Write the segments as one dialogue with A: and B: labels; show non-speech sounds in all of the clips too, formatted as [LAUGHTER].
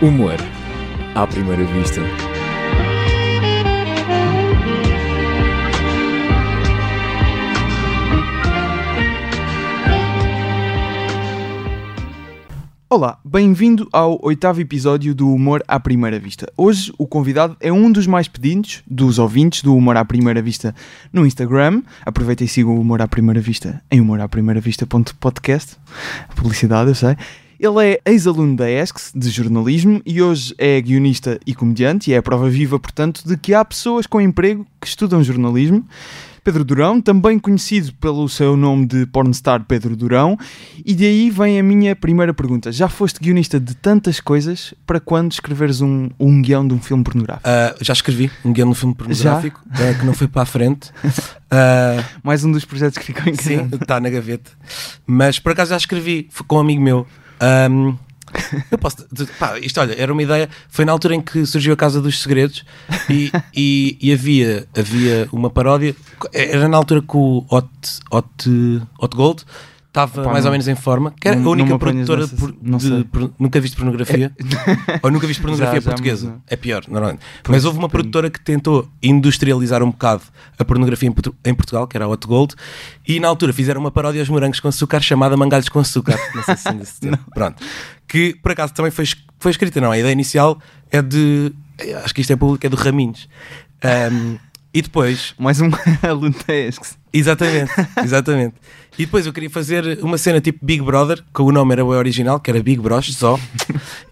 A: Humor à primeira vista.
B: Olá, bem-vindo ao oitavo episódio do Humor à Primeira Vista. Hoje o convidado é um dos mais pedidos dos ouvintes do Humor à Primeira Vista no Instagram. Aproveitem e sigam o Humor à Primeira Vista em humoraprimeira-vista.podcast. Publicidade, eu sei. Ele é ex-aluno da ESCS de jornalismo e hoje é guionista e comediante e é a prova viva, portanto, de que há pessoas com emprego que estudam jornalismo. Pedro Durão, também conhecido pelo seu nome de pornstar Pedro Durão, e daí vem a minha primeira pergunta. Já foste guionista de tantas coisas para quando escreveres um, um guião de um filme pornográfico?
C: Ah, já escrevi um guião no filme pornográfico eh, que não foi para a frente.
B: [LAUGHS]
C: Ah,
B: Mais um dos projetos que ficou em
C: sim, está na gaveta. Mas por acaso já escrevi foi com um amigo meu. Ahm, eu posso. de- pá, isto, olha, era uma ideia. Foi na altura em que surgiu a Casa dos Segredos e, e- e havia, havia uma paródia. Era na altura que o Hot, Hot, Hot Gold estava
B: Opa,
C: mais
B: não-
C: ou menos em forma, que era
B: não-
C: a
B: não me
C: única
B: apanhas
C: produtora
B: nessa-
C: por-
B: não
C: de-
B: sei. É,
C: por- nunca viste pornografia. Ou nunca viste pornografia
B: Já, já,
C: portuguesa.
B: mas não.
C: É pior, normalmente. mas houve uma produtora que tentou industrializar um bocado a pornografia em, Portu- em Portugal, que era a Hot Gold, e na altura fizeram uma paródia aos morangos com açúcar chamada Mangalhos
B: [LAUGHS]
C: com Açúcar. Não sei se ainda se tem. Pronto. Que por acaso também foi, es- foi escrita, não. A ideia inicial é de. Acho que isto é público, é do Raminhos. Ahm, e depois
B: [LAUGHS] Mais [LAUGHS] um aluno da ESCS. [LAUGHS]
C: Exatamente, exatamente. E depois eu queria fazer uma cena tipo Big Brother, que o nome era o original, que era Big Bros, só.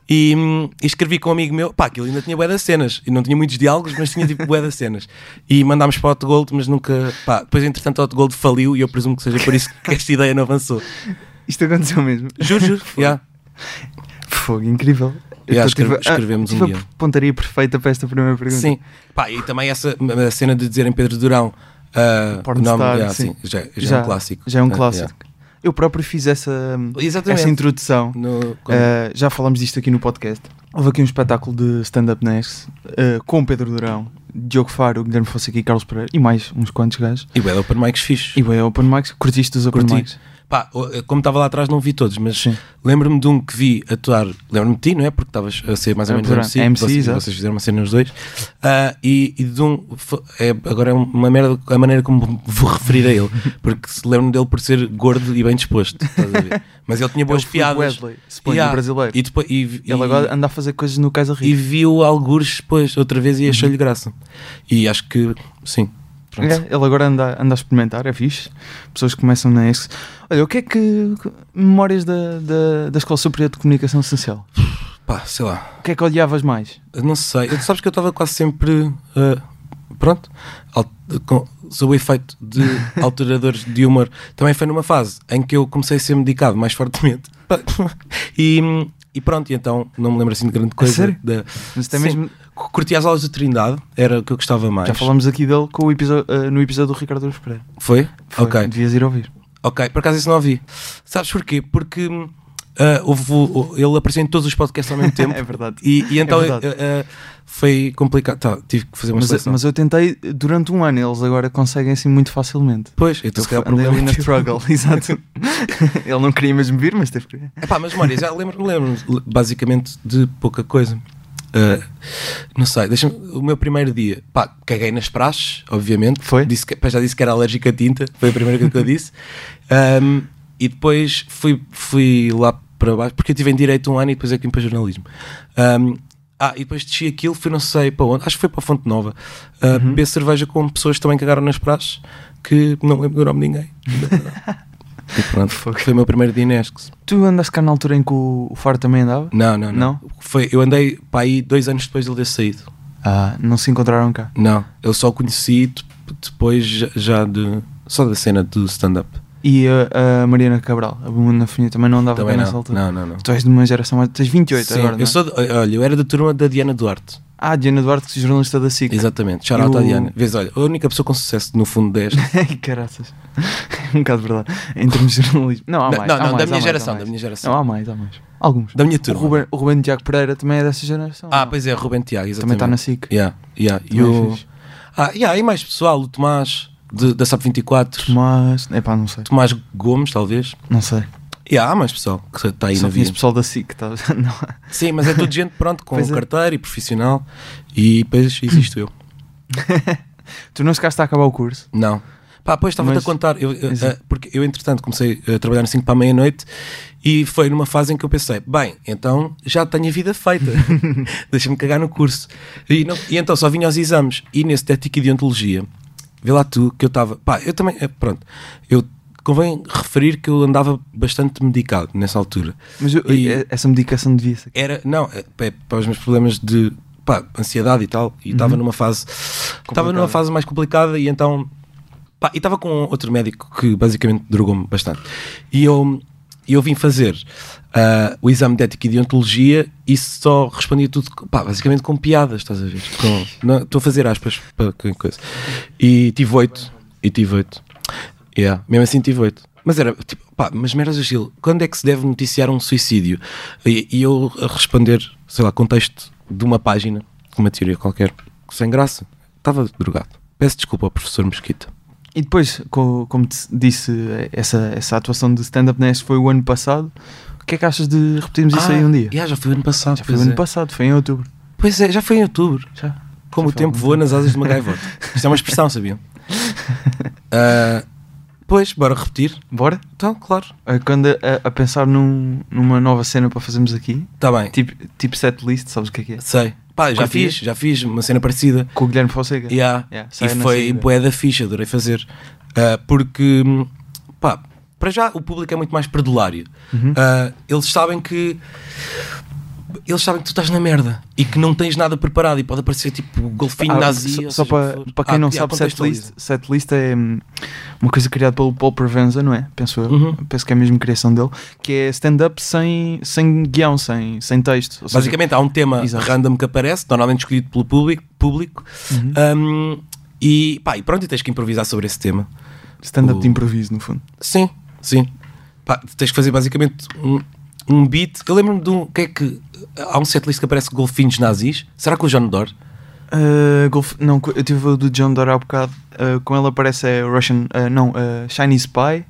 C: E, hum, e escrevi com um amigo meu, pá, aquilo ainda tinha bué das cenas. E não tinha muitos diálogos, mas tinha tipo bué das cenas. E mandámos para o Hot Gold, mas nunca. Pá, depois entretanto o Hot Gold faliu e eu presumo que seja por isso que esta ideia não avançou.
B: Isto aconteceu mesmo.
C: Juro, juro. yeah.
B: Fogo, incrível. Eu
C: Yeah,
B: estou a tirar-
C: escreve-
B: ah,
C: escrevemos um
B: tive a
C: guião.
B: pontaria perfeita para esta primeira pergunta.
C: Sim. Pá, e também essa a cena de dizerem Pedro Durão. ah, o
B: Pornstar,
C: nome, yeah,
B: sim.
C: sim, já, já é um clássico.
B: Já é um
C: Ah,
B: clássico. Eu próprio fiz essa,
C: yeah. Exatamente.
B: essa introdução.
C: No-
B: Uh, já falámos disto aqui no podcast. Houve aqui um espetáculo de stand-up na ESCS, uh, com Pedro Durão, Diogo Faro, Guilherme Fonseca e Carlos Pereira e mais uns quantos gajos.
C: E bué de open mics fixe.
B: E bem, Open Mics, curtiste os Open
C: Curti.
B: Mics?
C: Pá, o- eh, como estava lá atrás não vi todos, mas
B: Sim.
C: lembro-me de um que vi atuar, lembro-me de ti, não é? Porque estavas a ser mais ou
B: É,
C: menos
B: poderá.
C: MC,
B: MC,
C: vocês,
B: exato.
C: vocês fizeram uma cena nos dois, Ah, e, e de um, fo- é, agora é uma merda a maneira como vou referir a ele,
B: [LAUGHS]
C: porque se lembro-me dele por ser gordo e bem disposto, estás a ver? mas ele tinha boas
B: Filipe
C: piadas,
B: É Wesley, suponho,
C: Yeah.
B: brasileiro.
C: e, depois, e, e-
B: Ele agora anda a fazer coisas no Casa
C: e
B: Rio.
C: viu algures depois, outra vez, e achou-lhe graça, e acho que, sim, pronto.
B: É, ele agora anda, anda a experimentar, é fixe. Pessoas que começam na ESCS. Olha, o que é que. Memórias da, da, da Escola Superior de Comunicação Social.
C: pá, sei lá,
B: O que é que odiavas mais?
C: Eu Não sei, eu, sabes que eu estava quase sempre. ah, pronto, al- com- sob o efeito
B: [LAUGHS]
C: de alteradores de humor. Também foi numa fase em que eu comecei a ser medicado mais fortemente. [LAUGHS] Pá, E, e pronto, e então não me lembro assim de grande coisa.
B: sério?
C: Da,
B: Mas até
C: Sim.
B: mesmo.
C: Cu- Curti as aulas de Trindade, era o que eu gostava mais.
B: Já falámos aqui dele com o episo- eh, no episódio do Ricardo Aruz Pereira.
C: Foi?
B: Foi,
C: Ok.
B: Devias ir ouvir.
C: Ok, por acaso isso não ouvi. Sabes porquê? Porque hum, ah, houve o- o- ele apareceu em todos os podcasts
B: [LAUGHS]
C: ao mesmo tempo.
B: é verdade.
C: E, e então
B: É verdade.
C: ah, ah, foi complicado. Tá, tive que fazer uma
B: Mas, eh,
C: seleção.
B: mas eu tentei durante um ano, eles agora conseguem assim muito facilmente.
C: Pois, então se calhar o
B: andei
C: problema
B: ali na
C: é teu.
B: struggle, [LAUGHS] exato. Ele não queria mesmo vir, mas teve que vir.
C: Epá, mas memória, já lembro-me lembro basicamente de pouca coisa. Ah, não sei, deixa-me. O meu primeiro dia, pá, caguei nas praxes, obviamente.
B: Foi?
C: Disse que- pá, já disse que era alérgico a tinta, foi a primeira coisa que eu disse. Ahm, e depois fui, fui lá para baixo, porque eu tive em direito um ano e depois é que vim para jornalismo. Ahm, ah, e depois desci aquilo, fui não sei para onde, acho que foi para a Fonte Nova, ah, beber cerveja com pessoas que também cagaram nas praxes, que não lembro do nome de ninguém. e pronto, foi o meu primeiro dia em Nesques.
B: Tu andaste cá na altura em que o, o Faro também andava?
C: Não, não, não. Foi, eu andei para aí dois anos depois de ele ter saído.
B: Ah, não se encontraram cá.
C: Não, eu só o conheci de- depois já- já de. Só da cena do stand-up.
B: E a, a Mariana Cabral, a Bumunda Funha, também não andava
C: Também
B: cá
C: não.
B: nessa altura.
C: Não, não, não.
B: Tu és de uma geração mais. Tens 28
C: Sim,
B: agora. não é?
C: eu sou de- olha, eu era da turma da Diana Duarte.
B: Ah, Diana Duarte, que é jornalista da SIC.
C: Exatamente. Shout out
B: Eu-
C: à Diana. Vês, olha, a única pessoa com sucesso no
B: [LAUGHS]
C: fundo desta.
B: [LAUGHS] Ai, caraças. um bocado verdade. Em termos de jornalismo. Não, há
C: Não,
B: mais.
C: não,
B: há
C: não,
B: mais,
C: da
B: há
C: minha
B: mais, há
C: geração,
B: mais.
C: da minha geração.
B: Não, há mais, há mais. Alguns.
C: Da minha
B: O
C: turma.
B: Ruben, o Ruben Tiago Pereira também é dessa geração.
C: Ah,
B: não?
C: pois é, Ruben Tiago,
B: Também
C: exatamente.
B: está na SIC.
C: Yeah, yeah. E,
B: Também é
C: o...
B: fixe.
C: ah, yeah, e mais pessoal, o Tomás de- da SAP 24,
B: Mas. Epá, não sei.
C: Tomás Gomes, talvez.
B: Não sei.
C: E há mais pessoal que está aí
B: Só
C: na
B: conheço
C: vida.
B: pessoal da SIC, tá? [LAUGHS] Não.
C: Sim, mas é tudo gente pronto, com
B: Pois é.
C: carteira e profissional. E depois existo eu.
B: Tu não chegaste a acabar o curso?
C: Não. Pá, pois estava-te
B: Mas-
C: a contar. Eu, eu,
B: Exato.
C: eh, porque eu, entretanto, comecei a trabalhar no 5 para a meia-noite e foi numa fase em que eu pensei: bem, então já tenho a
B: [LAUGHS]
C: vida feita, deixa-me cagar no curso. E, não- e então só vinha aos exames. E nesse tético de ontologia, vê lá tu que eu estava. Pá, eu também. eh, Pronto, eu convém referir que eu andava bastante medicado nessa altura.
B: Mas eu-
C: E-
B: eh, essa medicação devia ser.
C: Era, não, é, é para os meus problemas de pá, ansiedade e tal, e estava numa fase estava numa fase mais complicada e então pá, e estava com outro médico que basicamente drogou-me bastante. E eu, e eu vim fazer ah, o exame de ética e de ontologia e só respondia tudo com- pá, basicamente com piadas, estás a ver? Com- não, Estou a fazer aspas para que coisa. E tive oito. E tive oito. Yeah, mesmo assim tive oito. Mas era tipo, pá, mas meras Gil, quando é que se deve noticiar um suicídio? E, e eu a responder, sei lá, contexto de uma página, com uma teoria qualquer, sem graça. Estava drogado. Peço desculpa ao professor Mesquita.
B: E depois, co- como te disse, essa, essa atuação de stand-up nest foi o ano passado. O que é que achas de repetirmos isso aí um dia?
C: Ah, Yeah, já foi ano passado.
B: Já foi
C: pois
B: o ano
C: é.
B: passado, foi em outubro.
C: Pois é, já foi em outubro.
B: Já.
C: Como
B: Já foi
C: o tempo
B: algum
C: voa nas asas de uma gaivota. Isto é uma expressão, sabiam?
B: [LAUGHS]
C: Ah, pois, bora repetir.
B: Bora?
C: Então, claro.
B: Eh, Quando a, a pensar num- numa nova cena para fazermos aqui,
C: Está Tá bem.
B: tipo, tipo set list, sabes o que é que é?
C: Sei. Pá, já
B: Curtias?
C: fiz, já fiz uma cena parecida.
B: Com o Guilherme Fonseca.
C: Yeah.
B: Yeah,
C: e
B: sai na
C: foi
B: saída.
C: bué da ficha, adorei fazer. Ah, porque, hum, pá, para já o público é muito mais perdulário.
B: Uhum.
C: Ah, eles sabem que. Eles sabem que tu estás na merda e que não tens nada preparado e pode aparecer tipo golfinho
B: Ah,
C: nazi.
B: só-
C: ou
B: só
C: seja,
B: para,
C: o que for.
B: para quem
C: Ah,
B: não
C: yeah,
B: sabe,
C: contextualiza.
B: setlist, setlist é hum, uma coisa criada pelo Paul Provenza, não é? Penso eu.
C: Uhum.
B: Penso que é a mesma criação dele. Que é stand-up sem, sem guião, sem, sem texto. Ou seja,
C: Basicamente há um tema
B: Exato.
C: random que aparece, normalmente escolhido pelo público, público
B: Uhum.
C: Um, e, pá, e pronto, e tens que improvisar sobre esse tema.
B: stand-up
C: o-
B: de improviso, no fundo.
C: Sim, sim. Pá, tens que fazer basicamente um, um beat. Eu lembro-me de um. que é que. Há um setlist que aparece golfinhos nazis. Será que o John Dor?
B: Ah, golf- não, co- eu tive o do John Dora há bocado. ah, com ele aparece é Russian. ah, não, ah, Chinese Spy.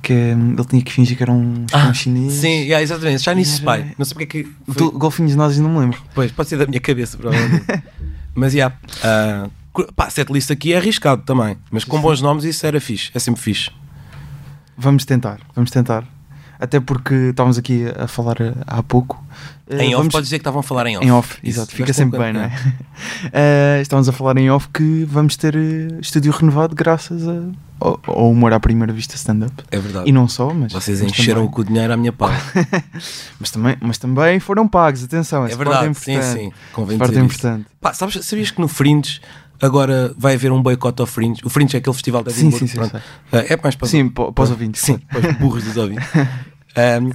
B: Que é, hum, ele tinha que fingir que era um, um chinês.
C: Ah, Sim, yeah, exatamente. Chinese
B: Era-
C: Spy. Não sei porque é que.
B: O
C: foi-
B: do- Golfinhos nazis, não me lembro.
C: Pois, pode ser da minha cabeça,
B: [LAUGHS]
C: provavelmente. Mas já. Yeah, uh, pá, setlist aqui é arriscado também. Mas com bons nomes isso era fixe. É sempre fixe.
B: Vamos tentar, vamos tentar. Até porque estávamos aqui a falar ah, há pouco. Ah,
C: Em off,
B: vamos-
C: podes dizer que estavam a falar em off.
B: Em off,
C: Isso,
B: exato, fica
C: vais
B: sempre bem,
C: colocando,
B: não é?
C: é.
B: [LAUGHS] Eh, estamos a falar em off que vamos ter eh, estúdio renovado graças a, ao, ao humor à primeira vista stand-up.
C: É verdade.
B: E não só, mas.
C: Vocês
B: mas
C: encheram
B: também,
C: com o dinheiro à
B: [LAUGHS]
C: minha pau.
B: mas, também, mas também foram pagos, atenção,
C: É
B: essa
C: verdade,
B: parte é
C: sim,
B: importante.
C: sim. Convém
B: Essa parte é
C: dizer isso.
B: importante.
C: Pá, sabes, sabias que no Fringe agora vai haver um boicote ao Fringe? O Fringe é aquele festival da
B: Sim,
C: Edimburgo,
B: sim, sim,
C: pronto. É mais para,
B: Sim, pa- para os ouvintes,
C: Sim, para [LAUGHS] os burros dos ouvintes. Um,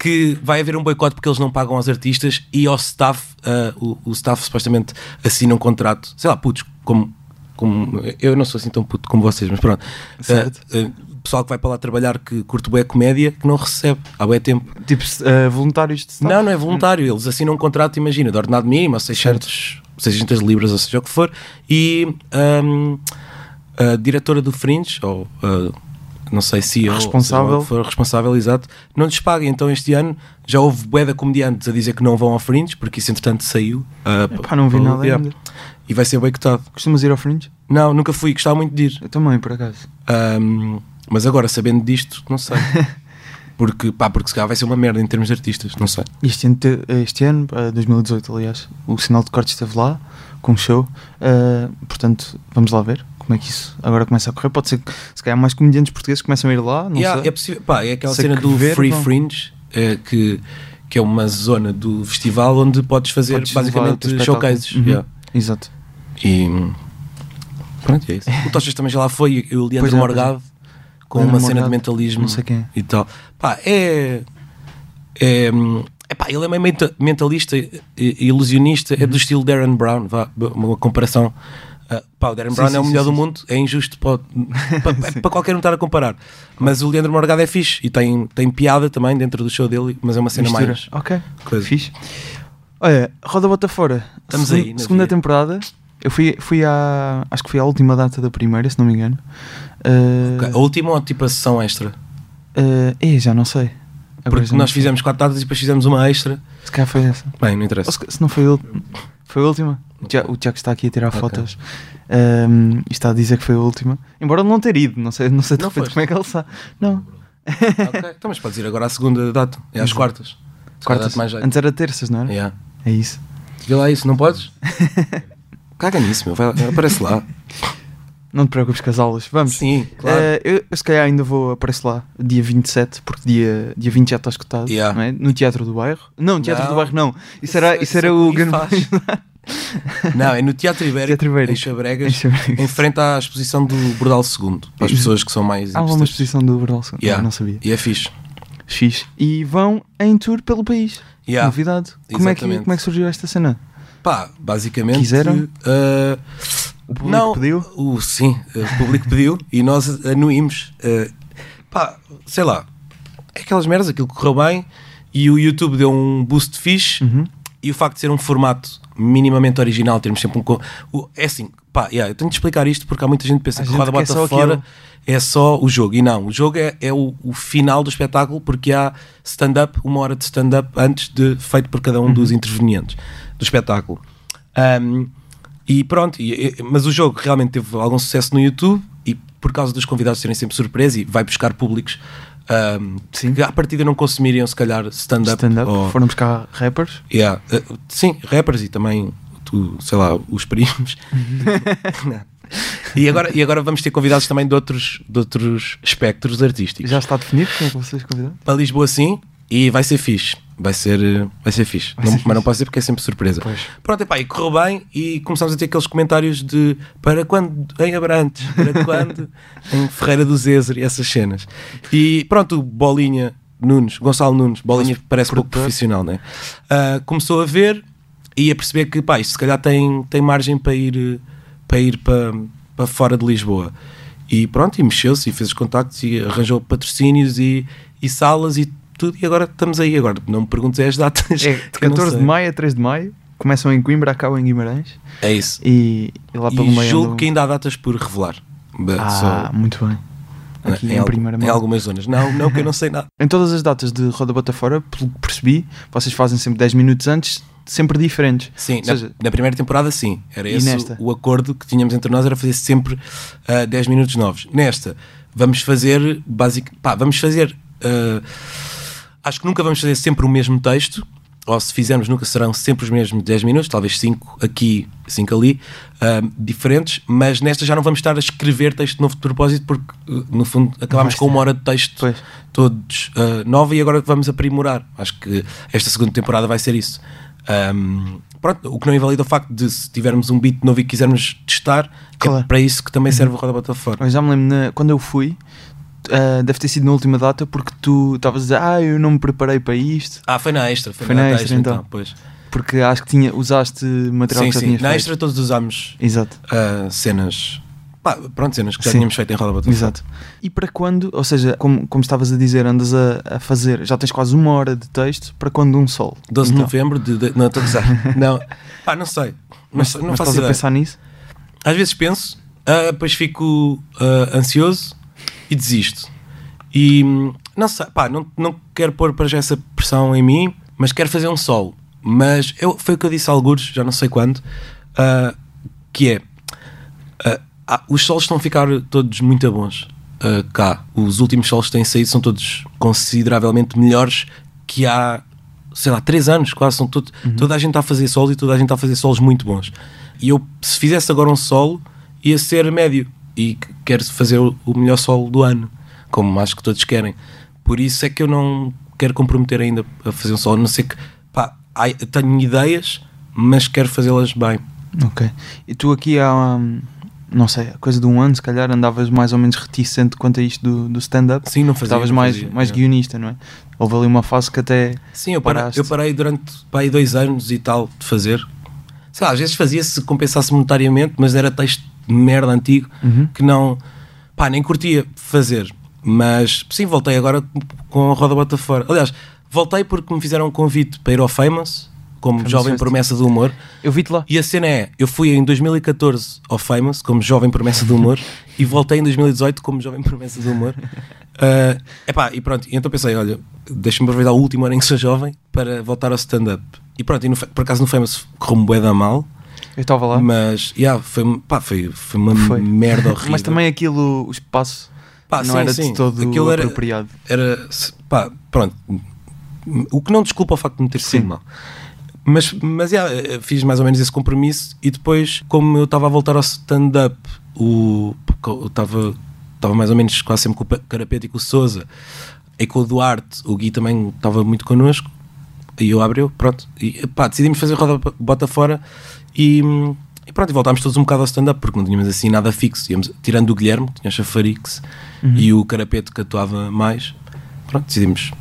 C: que vai haver um boicote porque eles não pagam aos artistas e ao staff. uh, o, o staff supostamente assina um contrato, sei lá, putos, como, como. Eu não sou assim tão puto como vocês, mas pronto. Uh,
B: Certo.
C: uh, pessoal que vai para lá trabalhar que curte bué comédia que não recebe há bué tempo.
B: Tipo, eh, voluntários de staff.
C: Não, não é voluntário. Eles assinam um contrato, imagina, de ordenado mínimo, ou 600, 600 libras, ou seja o que for. E hum, a diretora do Fringe, ou ah, não sei se
B: Responsável.
C: for responsável, exato, não lhes paga. Então este ano já houve bué de comediantes a dizer que não vão ao Fringe, porque isso entretanto saiu. ah,
B: Epá, não vi
C: pelo-
B: nada
C: yeah.
B: ainda.
C: E vai ser boicotado.
B: Costumas ir ao Fringe?
C: Não, nunca fui, gostava muito de ir.
B: Eu também, por acaso.
C: Hum, mas agora, sabendo disto,
B: [LAUGHS]
C: não sei. Porque, pá, porque se calhar vai ser uma merda em termos de artistas, não sei.
B: Este ano, te- este ano, eh, 2018, aliás, o Sinal de Cortes esteve lá com um show. eh, portanto, vamos lá ver como é que isso agora começa a correr. Pode ser que, se calhar, mais comediantes portugueses começam a ir lá. Não
C: Yeah,
B: sei.
C: é possível. Pá, é aquela
B: Sei
C: cena
B: que
C: do
B: ver,
C: Free
B: não.
C: Fringe, eh, que, que é uma zona do festival onde podes fazer
B: Podes levar o teu
C: basicamente
B: espetáculo.
C: showcases.
B: Uhum.
C: Yeah.
B: Exato.
C: E pronto, é
B: [LAUGHS]
C: isso. O Tochas também já lá foi, e o
B: Pois
C: Leandro
B: é,
C: Morgado, com
B: Leandro
C: uma cena de
B: Morgado,
C: mentalismo
B: não sei quem é.
C: e tal. Pá, é. é epá, ele é meio menta- mentalista, e- e ilusionista, é
B: Uhum.
C: do estilo Darren Brown, vá, b- uma comparação. Ah, pá, o Darren
B: Sim,
C: Brown
B: sim,
C: é o
B: sim,
C: melhor do
B: sim.
C: mundo, é
B: [LAUGHS]
C: injusto para, o- pa- pa- para qualquer um estar a comparar. Mas o Leandro Morgado é fixe e tem, tem piada também dentro do show dele, mas é uma cena
B: Mistura.
C: mais.
B: Ok.
C: Coisa.
B: Fixe. Olha, Roda Bota Fora.
C: Estamos
B: Segun-
C: aí, na
B: Segunda
C: via.
B: temporada. Eu fui, fui à. Acho que fui à última data da primeira, se não me engano. Eh,
C: A última ou tipo a sessão é extra?
B: eh, eh, já não sei. Agora já
C: Porque
B: não
C: nós
B: sei.
C: fizemos quatro datas e depois fizemos uma extra.
B: Se calhar foi essa.
C: Bem, não
B: Ou
C: interessa.
B: se, se não foi a última. Foi a última. O Tiago, o Tiago está aqui a tirar
C: Ok.
B: fotos ahm, e está a dizer que foi a última. Embora ele não ter ido, não sei, não sei de
C: Não
B: repente
C: foste?
B: como é que ele está. Não,
C: ok. Então, mas podes ir agora à segunda data. É às quartas. Se calhar
B: Uhum. quartas.
C: dá-te mais jeito.
B: Antes era terças, não era?
C: Yeah.
B: É isso.
C: Vê lá isso, não podes? [LAUGHS] Caga nisso, meu. Vai, aparece lá.
B: Não te preocupes com as aulas. Vamos.
C: Sim, claro.
B: Eh, eu, eu se calhar ainda vou aparecer lá dia 27, porque dia, dia 20 já está escutado
C: Yeah.
B: não é? no Teatro do Bairro. Não, Teatro
C: Não.
B: do Bairro não. Isso era,
C: Isso-
B: isso era
C: isso
B: o
C: aqui
B: grande.
C: faz. Não, é no Teatro
B: [LAUGHS]
C: Ibérico,
B: Teatro Ibérico.
C: em Xabregas, em frente à exposição do Bordal II, para as pessoas que são mais
B: Há Ah, uma
C: hipsters.
B: exposição do Bordalson.
C: Yeah.
B: Não sabia.
C: E é fixe.
B: X. E vão em tour pelo país.
C: Yeah.
B: Novidade. Como é, que,
C: Exatamente.
B: como é que surgiu esta cena?
C: Pá, basicamente.
B: Quiseram?
C: ah,
B: O público
C: não,
B: pediu?
C: O, sim, o público pediu e nós anuímos. ah, pá, sei lá. É aquelas merdas, aquilo correu bem e o YouTube deu um boost fixe
B: Uhum.
C: e o facto de ser um formato minimamente original, termos sempre um. co- o- é assim, pá, yeah, eu tenho de explicar isto porque há muita gente que pensa
B: Há
C: que
B: gente
C: roda
B: que é
C: bota
B: só
C: fora
B: aquilo.
C: é só o jogo. E não, o jogo é, é o, o final do espetáculo porque há stand-up, uma hora de stand-up antes de feito por cada um dos intervenientes do espetáculo. Ahm, e pronto, e- e- mas o jogo realmente teve algum sucesso no YouTube e por causa dos convidados serem sempre surpresa e vai buscar públicos ahm, que à partida não consumiriam se calhar stand-up
B: Stand-up.
C: ou-
B: Foram buscar rappers.
C: Yeah. Uh, sim, rappers e também, tu, sei lá, os primos. Não. [LAUGHS] e, agora, e agora vamos ter convidados também de outros, de outros espectros artísticos.
B: Já está definido quem é que vocês convidaram?
C: Para Lisboa, sim, e vai ser fixe. Vai ser, uh, vai ser fixe. Não- mas não posso dizer porque é sempre surpresa. Pronto, epá, e correu bem e começámos a ter aqueles comentários de para quando em Abrantes, para quando em Ferreira do Zezer e essas cenas. E pronto, o Bolinha Nunes, Gonçalo Nunes, Bolinha parece pouco
B: produtor.
C: profissional, né? Ah, começou a ver e a perceber que pá, isto se calhar tem, tem margem para ir eh, para, ir para, para fora de Lisboa. E pronto, e mexeu-se e fez os contactos e arranjou patrocínios e, e salas e tudo. E agora estamos aí. Agora não me perguntes as datas.
B: É, de
C: que eu não
B: 14 de
C: sei.
B: maio a 3 de maio. Começam em Coimbra, acabam em Guimarães.
C: É isso.
B: E, e lá pelo
C: E
B: meio.
C: julgo
B: andam-
C: que ainda há datas por revelar. But
B: Ah,
C: só,
B: muito bem.
C: né,
B: Aqui
C: em,
B: em,
C: algu-
B: primeira
C: em
B: mão.
C: algumas zonas. Não, não que eu não sei nada.
B: Em todas as datas de Roda Bota Fora, pelo que percebi, vocês fazem sempre 10 minutos antes, sempre diferentes.
C: Sim,
B: Ou
C: na,
B: seja-
C: na primeira temporada sim. Era
B: E
C: esse
B: nesta?
C: o acordo que tínhamos entre nós, era fazer sempre ah, 10 minutos novos. Nesta, vamos fazer basic, pá, vamos fazer. ah, acho que nunca vamos fazer sempre o mesmo texto. Ou se fizermos, nunca serão sempre os mesmos 10 minutos, talvez 5 aqui, 5 ali, ah, diferentes, mas nesta já não vamos estar a escrever texto novo de propósito, porque ah, no fundo acabámos
B: Vai
C: com uma hora de texto
B: Pois.
C: todos ah, nova e agora vamos aprimorar. Acho que esta segunda temporada vai ser isso. Ahm, pronto, o que não invalida o facto de se tivermos um beat novo e quisermos testar, é
B: Claro. Uhum.
C: para isso que também serve o Roda Bota Fora.
B: Eu já me lembro, na- quando eu fui, ah, deve ter sido na última data, porque tu estavas a dizer, ah, eu não me preparei para isto,
C: Ah, foi na extra,
B: Foi na
C: data
B: extra, então.
C: pois.
B: porque acho que tinha, usaste material
C: Sim,
B: que já
C: sim. é
B: tinhas
C: Na
B: feito.
C: extra todos usámos
B: Exato,
C: ah, cenas. Pá, pronto, cenas que já
B: Sim.
C: tínhamos feito em Roda Bota
B: exato. E para quando, ou seja, como, como estavas a dizer, andas a, a fazer, já tens quase uma hora de texto, para quando um sol?
C: 12 de
B: Então,
C: novembro de. de- não, estou a gozar.
B: [LAUGHS]
C: não. Pá, não sei. Não,
B: Mas,
C: sei-
B: não
C: não
B: mas estás
C: faço
B: a
C: ideia.
B: pensar nisso?
C: Às vezes penso, ah, depois fico ah, ansioso e desisto. E hum, não sei, pá, não, não quero pôr para já essa pressão em mim, mas quero fazer um solo. Mas eu, foi o que eu disse a alguns, já não sei quando, ah, que é ah, ah, os solos estão a ficar todos muito bons ah, cá. Os últimos solos que têm saído são todos consideravelmente melhores que há, sei lá, três anos quase. São todo,
B: Uhum.
C: Toda a gente está a fazer solos e toda a gente está a fazer solos muito bons. E eu, se fizesse agora um solo, ia ser médio. E que- quero fazer o o melhor solo do ano, como acho que todos querem. Por isso é que eu não quero comprometer ainda a fazer um solo, a não ser que, pá, ai, tenho ideias, mas quero fazê-las bem.
B: Ok. E tu aqui há, hum, não sei, há coisa de um ano, se calhar, andavas mais ou menos reticente quanto a isto do, do stand-up.
C: Sim, não fazia.
B: Estavas
C: não
B: mais,
C: fazia,
B: mais
C: é.
B: guionista, não é? Houve ali uma fase que até.
C: Sim, eu parei,
B: Paraste.
C: eu parei durante pá, aí dois anos e tal de fazer. Sei lá, às vezes fazia se compensasse monetariamente, mas era texto de merda antigo que não. pá, nem curtia fazer. Mas sim, voltei agora com a roda bota fora. Aliás, voltei porque me fizeram um convite para ir ao Famous, como
B: Famous
C: jovem
B: First.
C: promessa do humor.
B: Eu vi-te lá.
C: E a cena é, eu fui em 2014 ao Famous como jovem promessa
B: [LAUGHS]
C: do humor e voltei em 2018 como jovem promessa do humor. Ah, epá, e pronto, e então pensei, olha, deixa-me aproveitar o último ano em que sou jovem para voltar ao stand-up. E pronto, e no Fa- por acaso no Famous correu-me bué da mal,
B: Eu estava lá.
C: mas yeah, foi, pá, foi, foi uma
B: Foi.
C: merda
B: [LAUGHS]
C: horrível.
B: Mas também aquilo, o espaço
C: Pá,
B: não
C: sim,
B: era
C: sim.
B: de todo
C: Aquilo era-
B: apropriado.
C: era pá, pronto. O que não desculpa o facto de me ter sido
B: Sim.
C: mal. Mas, mas yeah, eh, fiz mais ou menos esse compromisso e depois, como eu estava a voltar ao stand-up, o porque eu estava estava mais ou menos quase sempre com o Pa- Carapete e com o Souza e com o Duarte, o Gui também estava muito connosco e eu abriu, pronto. E pá, decidimos fazer roda bota fora e, hum, e pronto, e voltámos todos um bocado ao stand-up porque não tínhamos assim nada fixo. Íamos, tirando o Guilherme, que tinha chafarix, e o Carapeto que atuava mais, pronto, decidimos.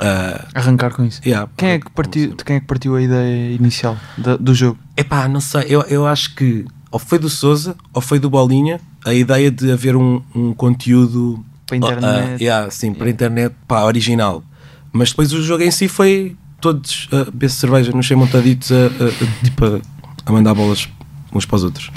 C: ah,
B: Arrancar com isso.
C: yeah,
B: Quem é que partiu, de quem é que partiu a ideia inicial da- do jogo?
C: Epá, não sei, eu, eu acho que ou foi do Souza ou foi do Bolinha a ideia de haver um, um conteúdo
B: Para a internet.
C: Ah, yeah, sim, para a internet, pá, original. Mas depois o jogo em si foi todos a beber cerveja, não sei, montaditos a, a- a- tipo, a, a mandar bolas uns para os outros.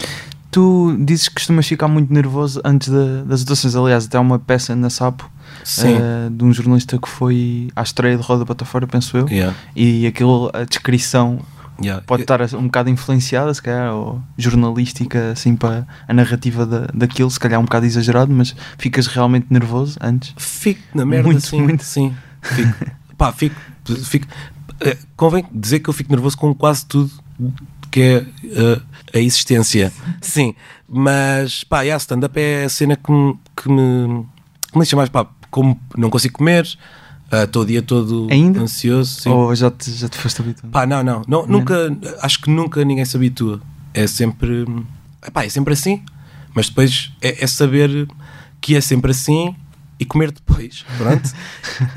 B: Tu dizes que costumas ficar muito nervoso antes da- das atuações. Aliás, até há uma peça na Sapo
C: Sim,
B: eh, de um jornalista que foi à estreia de Roda para Fora, penso eu.
C: yeah,
B: E aquilo, a descrição
C: yeah.
B: pode estar um bocado influenciada, se calhar, ou jornalística, assim, para a narrativa da, daquilo, se calhar um bocado exagerado, mas ficas realmente nervoso antes.
C: Fico na merda,
B: Muito,
C: sim.
B: muito.
C: Sim,
B: [LAUGHS]
C: fico. Pá, fico. fico. Eh, Convém dizer que eu fico nervoso com quase tudo que é eh, a existência. Sim, mas pá, yeah, stand-up é a cena que me, que me, que me deixa mais. Pá, como não consigo comer, eh, estou o dia todo
B: Ainda? Oh,
C: ansioso. Sim.
B: Ou já te, já te foste habituado?
C: Pá, não, não, Então. não, é nunca, acho que nunca ninguém se habitua. É sempre, epá, é sempre assim, mas depois é, é saber que é sempre assim e comer depois, [LAUGHS] pronto,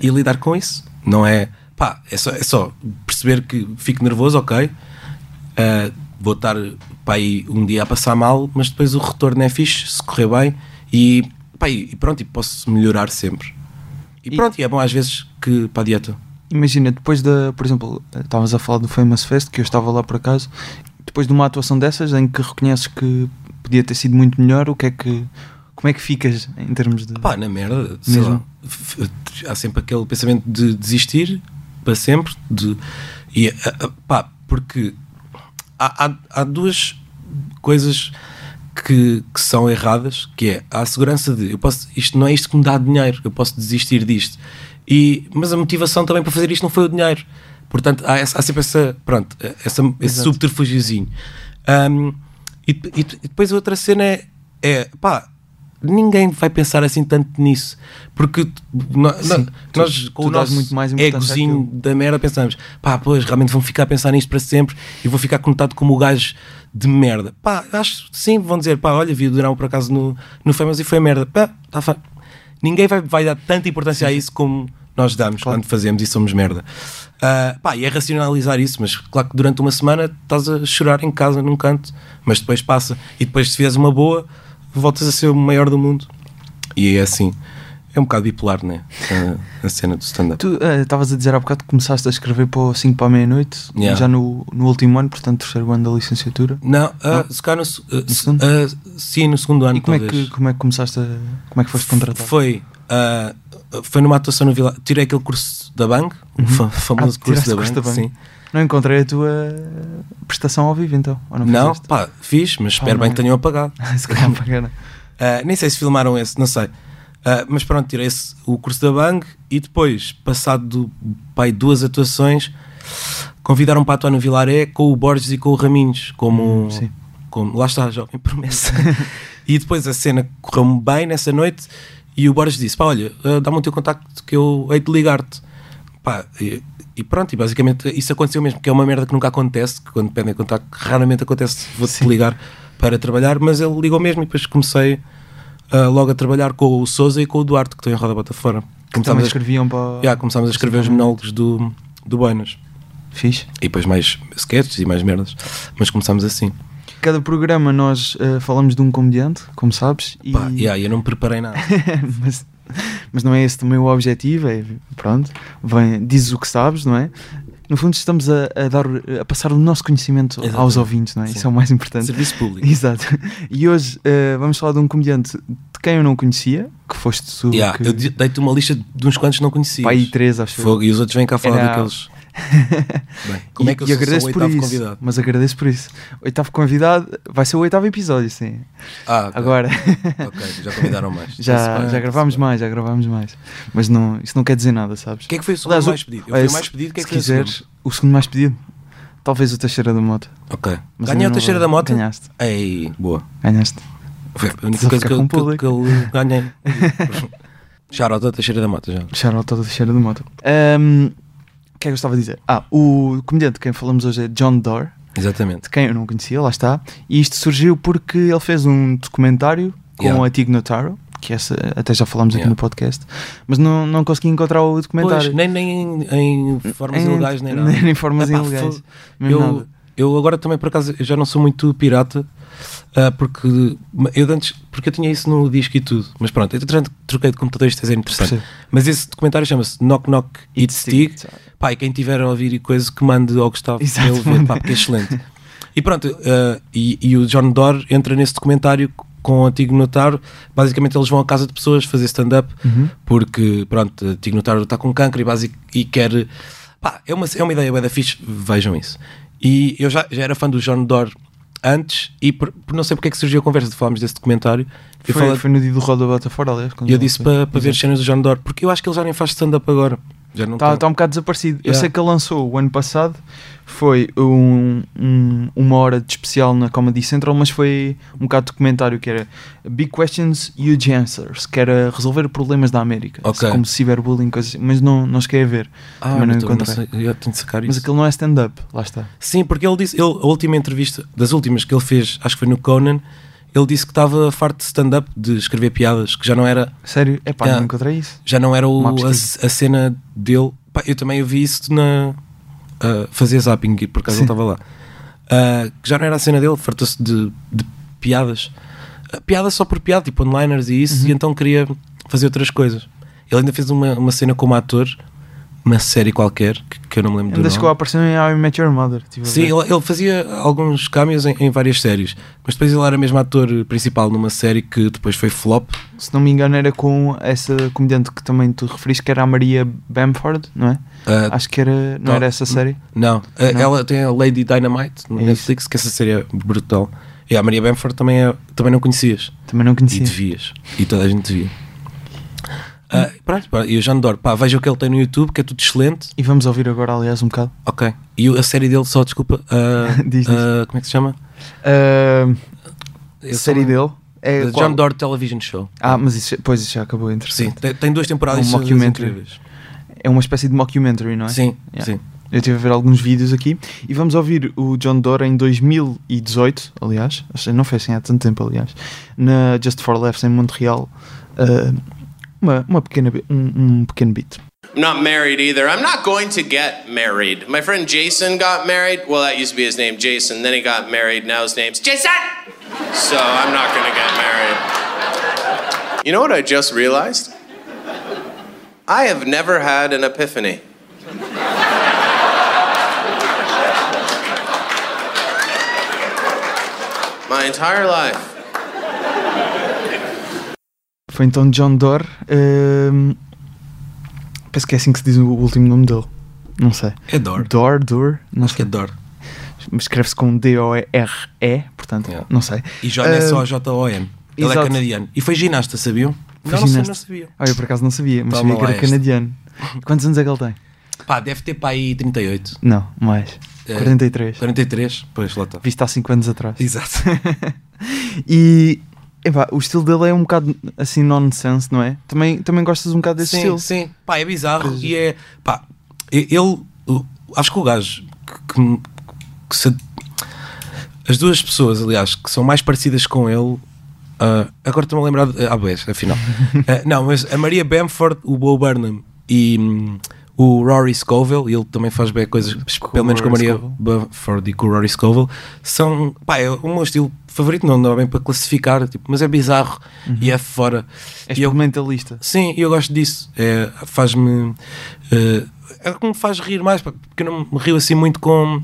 C: e lidar com isso. Não é, pá, é só, é só perceber que fico nervoso, ok, ah, vou estar pá, aí um dia a passar mal, mas depois o retorno é fixe, se correr bem e, pá, e pronto, e posso melhorar sempre. E
B: E-
C: pronto, e é bom às vezes que para a dieta.
B: Imagina, depois da, por exemplo, estavas a falar do Famous Fest, que eu estava lá por acaso, depois de uma atuação dessas em que reconheces que podia ter sido muito melhor, o que é que, como é que ficas em termos de...
C: Pá, na merda, sei
B: Mesmo?
C: lá. F- Há sempre aquele pensamento de desistir para sempre. De, e, ah, ah, pá, porque há, há- há duas coisas que, que são erradas, que é há a segurança de eu posso, isto não é isto que me dá dinheiro, eu posso desistir disto. E, mas a motivação também para fazer isto não foi o dinheiro. Portanto, há, essa- há sempre essa, pronto, essa, esse
B: Exato.
C: subterfúgiozinho. Ahm, e, de- e de- e depois a outra cena é, é pá, ninguém vai pensar assim tanto nisso. Porque t- no- no-
B: Sim, tu-
C: nós, com
B: tu
C: o
B: dás
C: nosso
B: muito mais importância àquilo.
C: egozinho da merda, pensamos, pá, pois, realmente vão ficar a pensar nisto para sempre e vou ficar conotado como o gajo de merda. Pá, acho sim, vão dizer, pá, olha, vi o Durão por acaso no, no Famous e foi merda. Pá, tá fa- Ninguém vai, vai dar tanta importância a isso como nós damos
B: Claro.
C: quando fazemos e somos merda. Ah, pá, e é racionalizar isso, mas claro que durante uma semana estás a chorar em casa num canto, mas depois passa. E depois, se fizeres uma boa, voltas a ser o maior do mundo. E é assim. É um bocado bipolar, né? A, a cena do stand-up.
B: Tu eh, estavas a dizer há bocado que começaste a escrever para o 5 para a meia-noite,
C: Yeah.
B: já no, no último ano, portanto, terceiro ano da licenciatura.
C: Não, ah, se calhar no, se- ah, se-
B: segundo?
C: ah, sim, no segundo ano,
B: E como é, que,
C: talvez.
B: como é que começaste a. Como é que foste contratado?
C: Foi, ah, foi numa atuação no Vila. Tirei aquele curso da Bang, o fa- famoso
B: Ah,
C: curso
B: tiraste
C: da
B: o curso
C: Bang.
B: da Bang.
C: Sim.
B: Não encontrei a tua eh, prestação ao vivo então? Ou não
C: Não,
B: fizeste? [LAUGHS]
C: pá, fiz, mas espero
B: não
C: bem
B: é.
C: que
B: [LAUGHS]
C: tenham apagado.
B: Se
C: [LAUGHS]
B: calhar pagaram.
C: Ah, nem sei se filmaram esse, não sei. Ah, mas pronto, tirei esse- o curso da Bang e depois, passado do, pai, duas atuações, convidaram para atuar no Vilaré com o Borges e com o Raminhos, como,
B: Hum, Sim.
C: como lá está,
B: [LAUGHS]
C: jovem promessa. e depois a cena correu-me bem nessa noite e o Borges disse: pá, olha, ah, dá-me o teu contacto que eu hei de ligar-te. Pá, e, e pronto, e basicamente isso aconteceu mesmo, que é uma merda que nunca acontece, que quando pedem contacto, raramente acontece, vou-te ligar para trabalhar, mas ele ligou mesmo e depois comecei ah, logo a trabalhar com o Souza e com o Duarte, que estão em Roda Bota Fora.
B: Também
C: Começámos a,
B: escreviam para.
C: yeah, começámos a escrever os monólogos do, do Buenas.
B: Fixe.
C: E depois mais sketches e mais merdas. Mas começámos assim.
B: Cada programa nós eh, falamos de um comediante, como sabes, e-
C: Pá, yeah, eu não me preparei nada.
B: [LAUGHS] mas, mas não é esse também o objetivo, é pronto, vem, dizes o que sabes, não é? No fundo, estamos a, a dar, a passar o nosso conhecimento aos
C: Exatamente.
B: ouvintes, não é?
C: Sim.
B: Isso é o mais importante.
C: Serviço
B: [LAUGHS]
C: público.
B: Exato. E hoje eh, vamos falar de um comediante de quem eu não conhecia, que foste tu.
C: Yeah,
B: que...
C: Eu di- dei-te uma lista de uns quantos não conhecias.
B: Pai e três, acho eu.
C: Fogo, e os outros vêm cá falar
B: Era- [LAUGHS]
C: daqueles. Bem, como
B: e,
C: é que eu
B: e
C: sou
B: agradeço
C: só o
B: por
C: oitavo
B: isso,
C: convidado?
B: Mas agradeço por isso. Oitavo convidado, vai ser o oitavo episódio, sim.
C: Ah, ok.
B: Agora,
C: Ok,
B: [LAUGHS]
C: já convidaram mais. Está-se
B: já,
C: bem,
B: já gravámos
C: está-se bem.
B: mais, já gravámos mais. Mas não, isso não quer dizer nada, sabes?
C: O que é que foi o segundo
B: Aliás, o-
C: mais pedido? Eu
B: olha,
C: fui o
B: se-
C: mais pedido, o que é
B: se
C: que foi o
B: quiseres, o segundo mais pedido, talvez o Teixeira da Moto.
C: segundo? Ok.
B: Mas
C: Ganhei
B: ainda
C: o
B: não
C: Teixeira
B: vou-
C: da Mota?
B: Ganhaste,
C: Ei, boa.
B: ganhaste.
C: Foi a
B: Só
C: única coisa
B: ficar com
C: que eu,
B: o
C: que,
B: público.
C: que eu ganhei. [LAUGHS] Charota Teixeira da Mota, já.
B: Puxaram ao todo Teixeira da Moto. Ahm, o que é que eu estava a dizer? Ah, o comediante de quem falamos hoje é John Doerr.
C: Exatamente.
B: de quem eu não conhecia, lá está. E isto surgiu porque ele fez um documentário com
C: Yeah.
B: a Tig Notaro, que essa até já falámos aqui
C: Yeah.
B: no podcast, mas não, não consegui encontrar o
C: Pois, né?
B: documentário.
C: nem, nem em formas
B: Em-
C: ilegais, nem nada.
B: [LAUGHS] Nem formas
C: Epá,
B: ilegais.
C: fogo.
B: mesmo
C: eu,
B: nada.
C: eu agora também, por acaso, eu já não sou muito pirata, ah, porque eu de antes, porque eu tinha isso no disco e tudo. Mas pronto, eu entretanto troquei de computador, isto é zero interessante.
B: Percebo.
C: Mas esse documentário chama-se Knock Knock It Stick. Pá, e quem tiver a ouvir e coisa que mande ao Gustavo
B: Exato,
C: para ele ver,
B: manda.
C: pá, porque é
B: [LAUGHS]
C: excelente. E pronto, eh, e, e o John Doerr entra nesse documentário com o Antigo Notário. Basicamente, eles vão à casa de pessoas fazer stand-up
B: Uhum.
C: porque, pronto, o Antigo Notário está com cancro e, basic, e quer. Pá, é uma, é uma ideia bué da fixe, vejam isso. E eu já, já era fã do John Doerr antes e por, por não sei porque é que surgiu a conversa de falarmos desse documentário. Eu
B: Foi,
C: falei-
B: foi no dia do Roda Bota Fora, aliás. quando
C: e eu
B: ele
C: disse
B: foi.
C: para para ver as cenas do John Doerr porque eu acho que ele já nem faz stand-up agora. Já não
B: Está
C: tá. tem-
B: está um bocado desaparecido. Eu
C: Yeah.
B: sei que ele lançou o ano passado, foi um, um- uma hora de especial na Comedy Central, mas foi um bocado documentário que era Big Questions, Huge Answers, que era resolver problemas da América,
C: Ok.
B: como ciberbullying, coisas assim, mas não, não cheguei a ver.
C: Ah,
B: Mas não
C: então,
B: encontrei.
C: sei, eu tenho de sacar
B: Mas
C: isso.
B: aquilo não é stand-up, lá está.
C: Sim, porque ele disse, ele, a última entrevista, das últimas que ele fez, acho que foi no Conan, ele disse que estava farto de stand-up, de escrever piadas, que já não era,
B: Sério? É pá,
C: Yeah.
B: não encontrei isso.
C: já não era o-
B: Uma
C: a, a cena dele. Pá, eu também vi isso na a fazer zapping, por acaso
B: Sim.
C: ele estava lá. Ah, que já não era a cena dele, fartou-se de, de piadas. Ah, piadas só por piada, tipo onliners e
B: Uhum.
C: isso, e então queria fazer outras coisas. Ele ainda fez uma, uma cena como ator, uma série qualquer, que, que eu não me lembro do
B: Ainda
C: nome.
B: chegou a aparecer em How I Met Your Mother. tive a
C: Sim,
B: ver.
C: ele, ele fazia alguns cameos em, em várias séries, mas depois ele era mesmo ator principal numa série que depois foi flop.
B: Se não me engano, era com essa comediante que também tu referiste, que era a Maria Bamford, não é?
C: Ah,
B: Acho que era, não
C: tá.
B: era essa série?
C: não, Ah,
B: Não.
C: ela tem a Lady Dynamite no
B: É isso.
C: Netflix, que essa série é brutal. E a Maria Bamford também, é- também não conhecias.
B: Também não
C: E
B: conhecia.
C: devias. E toda a gente devia. Ah, pronto, pá, e o Jean Dor, pá, veja o que ele tem no YouTube, que é tudo excelente.
B: E vamos ouvir agora, aliás, um bocado.
C: Ok. E o- a série dele, só desculpa, ah,
B: [LAUGHS] Diz, diz.
C: ah, como é que se chama? Ah,
B: a série dele é.
C: The
B: qual?
C: John Dor Television Show.
B: Ah, mas isso, pois isso já acabou, é
C: Sim,
B: interessante.
C: tem, tem duas temporadas
B: Um
C: são
B: mockumentary.
C: incríveis.
B: É uma espécie de mockumentary, não é?
C: Sim,
B: Yeah.
C: sim.
B: Eu estive a ver alguns vídeos aqui e vamos ouvir o John Doerr em 2018, aliás, ou seja, não foi assim há tanto tempo, aliás, na Just for Laughs em Montreal. ah, uma, uma pequena, bi- um, um pequeno beat.
D: I'm not married either. I'm not going to get married. My friend Jason got married. Well, that used to be his name, Jason. Then he got married. Now his name's Jason. So I'm not going to get married. You know what I just realized? I have never had an epiphany. My entire life.
B: Foi então John Doerr. ah, penso que é assim que se diz o último nome dele. Não sei.
C: É Dor.
B: Dor, Dor, não
C: Acho que é
B: sei.
C: Dor.
B: Escreve-se com D-O-R-E, portanto,
C: Yeah.
B: não sei.
C: E John é
B: Ah,
C: só J-O-N. Ele
B: exato.
C: é canadiano. E foi ginasta, sabiam?
B: Foi
C: não, não, sei,
B: ginasta.
C: não sabia.
B: Olha, por acaso não sabia, mas
C: Toma
B: sabia que
C: lá
B: era
C: este. [LAUGHS]
B: canadiano. Quantos anos é que ele tem?
C: Pá, deve ter para aí 38.
B: Não, mais.
C: É.
B: 43.
C: 43? Pois, lá está.
B: Visto há 5 anos atrás.
C: Exato.
B: [LAUGHS] E epá, o estilo dele é um bocado assim nonsense, não é? Também, também gostas um bocado desse
C: sim,
B: estilo.
C: sim. Pá, é bizarro. E é. Pá, e- ele. o- Acho que o gajo que, que me- que se- as duas pessoas, aliás, que são mais parecidas com ele. ah, agora estou-me a lembrar. De, ah, bem,
B: [LAUGHS]
C: afinal. Ah, não, mas a Maria Bamford, o Bo Burnham e hum, o Rory Scoville, ele também faz bem coisas, pelo menos com a
B: Rory
C: Maria
B: Scovel.
C: Bamford e com o Rory Scoville, são. Pá, é o meu estilo favorito não, não é bem para classificar, tipo, mas é bizarro
B: Uhum.
C: e é fora.
B: És
C: E eu-
B: mentalista.
C: Sim, eu gosto disso. É, faz-me. eh, é como me faz rir mais, pá, porque eu não me rio assim muito com.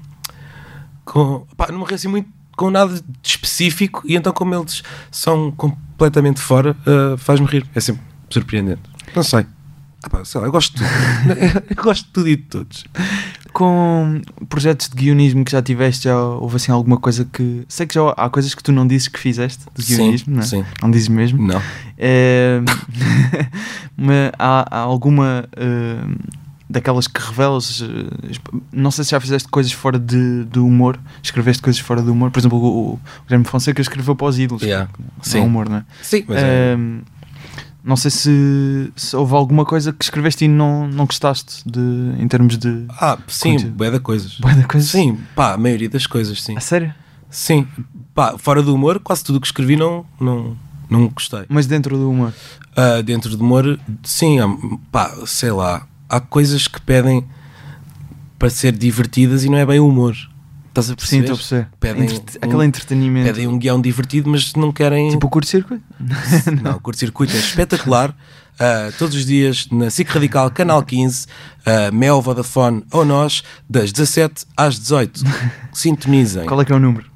C: com pá, não me rio assim muito com nada de específico e então, como eles são completamente fora, eh, faz-me rir. É sempre surpreendente. Não sei. Ah, pá, sei lá, eu gosto de tudo. [LAUGHS] eu gosto de tudo e de todos.
B: Com projetos de guionismo que já tiveste, já houve assim alguma coisa que. Sei que já há coisas que tu não dizes que fizeste de
C: Sim,
B: guionismo, não é?
C: sim.
B: Não dizes mesmo.
C: Não.
B: É, [LAUGHS] mas há, há alguma eh, daquelas que revelas? eh, exp- Não sei se já fizeste coisas fora de, do humor, escreveste coisas fora do humor. Por exemplo, o, o Guilherme Fonseca escreveu para os ídolos.
C: Yeah.
B: Sim.
C: Sim.
B: humor, não é?
C: Sim, mas é-
B: Eh, Não sei se, se houve alguma coisa que escreveste e não, não gostaste de, em termos de.
C: Ah, sim,
B: conteúdo.
C: bué da coisas.
B: Bué da coisas?
C: Sim, pá, a maioria das coisas, sim.
B: A sério?
C: Sim, pá, fora do humor, quase tudo o que escrevi não, não, não gostei.
B: Mas dentro do humor.
C: Ah, dentro do humor, sim, há- pá, sei lá, há coisas que pedem para ser divertidas e não é bem humor. Estás a
B: Sim,
C: perceber?
B: estou a perceber.
C: Pedem
B: Entrete-
C: um-
B: Aquele entretenimento.
C: Pedem um guião divertido, mas não querem.
B: Tipo o curto-circuito?
C: [LAUGHS] não, curto-circuito é espetacular.
B: [LAUGHS]
C: Ah, todos os dias na SIC Radical, Canal 15, ah, Mel, Vodafone ou nós, das 17
B: [LAUGHS]
C: às 18. Sintonizem.
B: Qual é que é o número?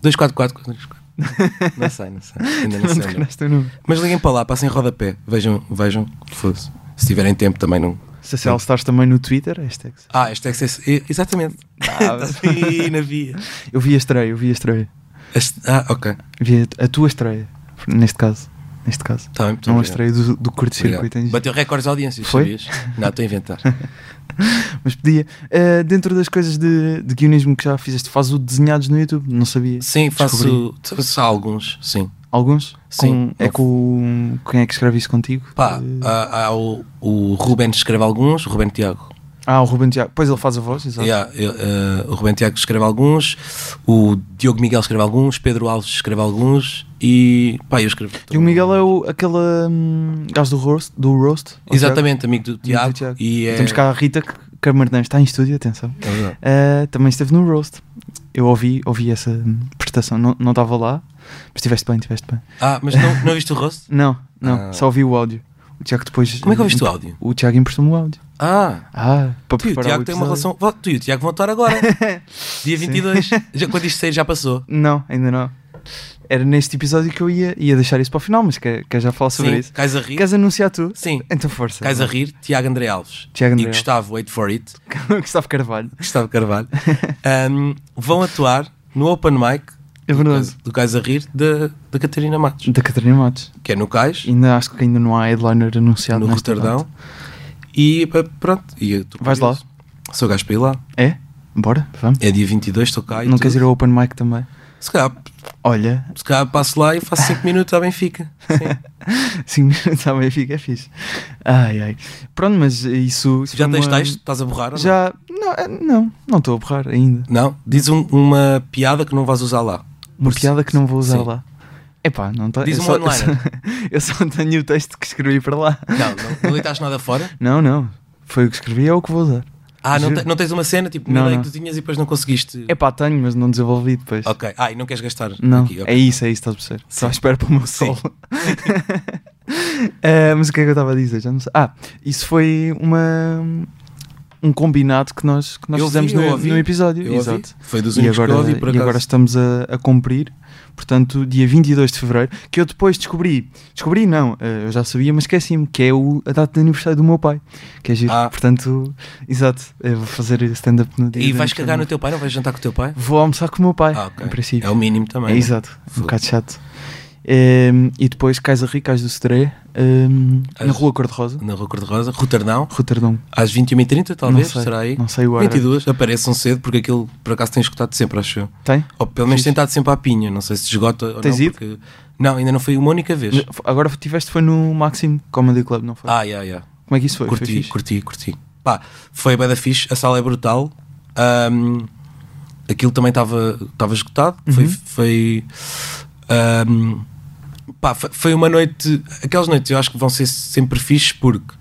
C: 244.
B: [LAUGHS]
C: 244. Não sei, não sei. Ainda
B: Não
C: não sei. o nome.
B: decoraste o número.
C: Mas liguem para lá, passem rodapé. Vejam, vejam. Foda-se. Se tiverem tempo também não.
B: Cecil Stars também no Twitter, hashtag.
C: Ah, hashtag CS. e- Exatamente.
B: Ah,
C: Estás aí na via.
B: Eu vi a estreia, eu vi a estreia.
C: Este- Ah, ok.
B: Vi a, a tua estreia, neste caso. Neste caso.
C: Tá bem, muito
B: não a
C: obrigado.
B: estreia do, do curto-circuito.
C: Obrigado.
B: em si.
C: Bateu recordes de audiências,
B: Foi?
C: sabias? Não, estou a
B: [LAUGHS]
C: inventar.
B: Mas podia. Eh, dentro das coisas de, de guionismo que já fizeste, faz o desenhados no YouTube? Não sabia.
C: Sim, faço,
B: Descobri.
C: faço alguns, sim.
B: Alguns?
C: Sim.
B: Com- é com. Quem é que escreve isso contigo? Eh,
C: Pá, ah. há, há o, o Ruben escreve alguns, o Ruben Tiago.
B: Ah, o Ruben Tiago. Pois ele faz a voz, exato.
C: Yeah, eu, eh, o Ruben Tiago escreve alguns, o Diogo Miguel escreve alguns, Pedro Alves escreve alguns e pá, eu escrevo.
B: E o Miguel é o, aquele hum, gajo do roast. Do roast o Tiago.
C: Exatamente, amigo do
B: Amigo do
C: Tiago.
B: Tiago.
C: E é...
B: Temos cá a Rita Camarnães, está em estúdio, atenção.
C: É verdade.
B: Uh, também esteve no Roast. Eu ouvi, ouvi essa hum, prestação, não não estava lá, mas estiveste bem, estiveste bem.
C: Ah, mas não, não viste
B: [LAUGHS]
C: o rosto?
B: Não, não,
C: Ah.
B: só ouvi o áudio. O Tiago depois.
C: Como é que ouviste o áudio?
B: O Tiago emprestou-me o áudio.
C: Ah,
B: Ah, para
C: tu e o
B: preparar
C: Tiago
B: o
C: têm uma
B: episódio.
C: relação. Vó, Tu e o Tiago vão estar agora.
B: [LAUGHS]
C: Dia 22. Já, quando isto sair já passou.
B: Não, ainda não. Era neste episódio que eu ia, ia deixar isso para o final, mas quer, quer já falar sobre
C: Sim,
B: isso?
C: Cais a rir.
B: Queres anunciar tu?
C: Sim.
B: Então força. [LAUGHS]
C: Cais a rir, Tiago André Alves.
B: Tiago André
C: e
B: Alves.
C: Gustavo, wait for it.
B: [LAUGHS] Gustavo
C: [LAUGHS]
B: Carvalho.
C: Gustavo Carvalho. ahm, Um, vão atuar no open mic
B: É verdade.
C: do Cais a rir da, da Catarina Matos.
B: Da Catarina Matos.
C: Que é no Cais,
B: Ainda acho que ainda não há headliner anunciado.
C: no
B: nesta
C: Roterdão.
B: data.
C: E pá, pronto. E eu tô
B: Vais
C: curioso. Sou gajo para ir lá.
B: É? Bora, vamos.
C: É dia 22, estou cá. e
B: não
C: tudo.
B: queres ir ao Open Mic também?
C: Se calhar,
B: Olha,
C: se calhar passo lá e faço
B: [LAUGHS]
C: 5 minutos à Benfica.
B: 5
C: Sim.
B: minutos à meia fica é fixe. Ai, ai. Pronto, mas isso. isso
C: Já
B: foi
C: tens
B: uma-
C: texto? Estás a borrar? ou não?
B: Já. Não, é- não, não estou a borrar ainda.
C: Não? Diz um- uma piada que não vais usar lá.
B: Uma
C: Por-
B: piada que não vou usar
C: Sim.
B: lá. Epá, não está.
C: Diz
B: eu,
C: um
B: só- eu só,
C: one-liner.
B: eu só tenho o texto que escrevi para lá.
C: Não, não, não deitaste nada fora.
B: Não, não. Foi o que escrevi, é o que vou usar.
C: Ah, não,
B: Juro.
C: te- não tens uma cena, tipo,
B: Não,
C: uma ideia
B: não.
C: que tu tinhas e depois não conseguiste.
B: Epá, tenho, mas não desenvolvi depois.
C: Ok. Ah, e não queres gastar
B: Não,
C: aqui.
B: é isso, é isso, estás a perceber. Só espero para o meu
C: Sim.
B: solo. [LAUGHS] Eh, mas o que é que eu estava a dizer? Já não sei. Ah, isso foi uma, um combinado que nós, que nós
C: Eu
B: fizemos
C: ouvi, eu
B: no,
C: ouvi,
B: no episódio.
C: Eu ouvi.
B: É Exato.
C: Foi dos
B: E
C: únicos
B: agora,
C: que eu ouvi, por
B: e
C: acaso.
B: agora estamos a, a cumprir, portanto, dia 22 de fevereiro, que eu depois descobri, descobri não, eh, eu já sabia, mas esqueci-me, que é o, a data de aniversário do meu pai, que é giro.
C: Ah.
B: Portanto, exato, eu vou fazer stand-up no dia.
C: E
B: do
C: vais
B: aniversário
C: cagar
B: do
C: no
B: meu-
C: teu pai? Não vais jantar com o teu pai?
B: Vou almoçar com o meu pai,
C: Ah, ok.
B: em princípio.
C: É o mínimo também.
B: É
C: não
B: exato, um
C: Fogo.
B: bocado chato. Ehm, e depois Cais a Rio, Cais do Sodré, ehm, na
C: As-
B: Rua Cor-de-Rosa,
C: Na Rua Cor-de-Rosa, Roterdão,
B: Roterdão.
C: às 21h30, talvez,
B: não sei,
C: será aí?
B: Não sei o horário.
C: 22, apareçam um cedo, porque aquilo por acaso tem escutado sempre, acho eu.
B: Tem?
C: Ou pelo menos
B: Fixe.
C: tem estado sempre à pinha, não sei se esgota ou
B: Tens
C: não.
B: ido?
C: Porque... Não, ainda não foi uma única vez.
B: Agora tiveste foi no Maxim Comedy Club, não foi?
C: Ah, yeah, yeah.
B: Como é que isso foi? foi
C: Curti,
B: fixe?
C: curti, curti. Pá, foi bem da fixe, a sala é brutal. Ahm, aquilo também estava estava esgotado. Foi.
B: Uhum.
C: foi ahm, pá, foi- foi uma noite. Aquelas noites eu acho que vão ser sempre fixe porque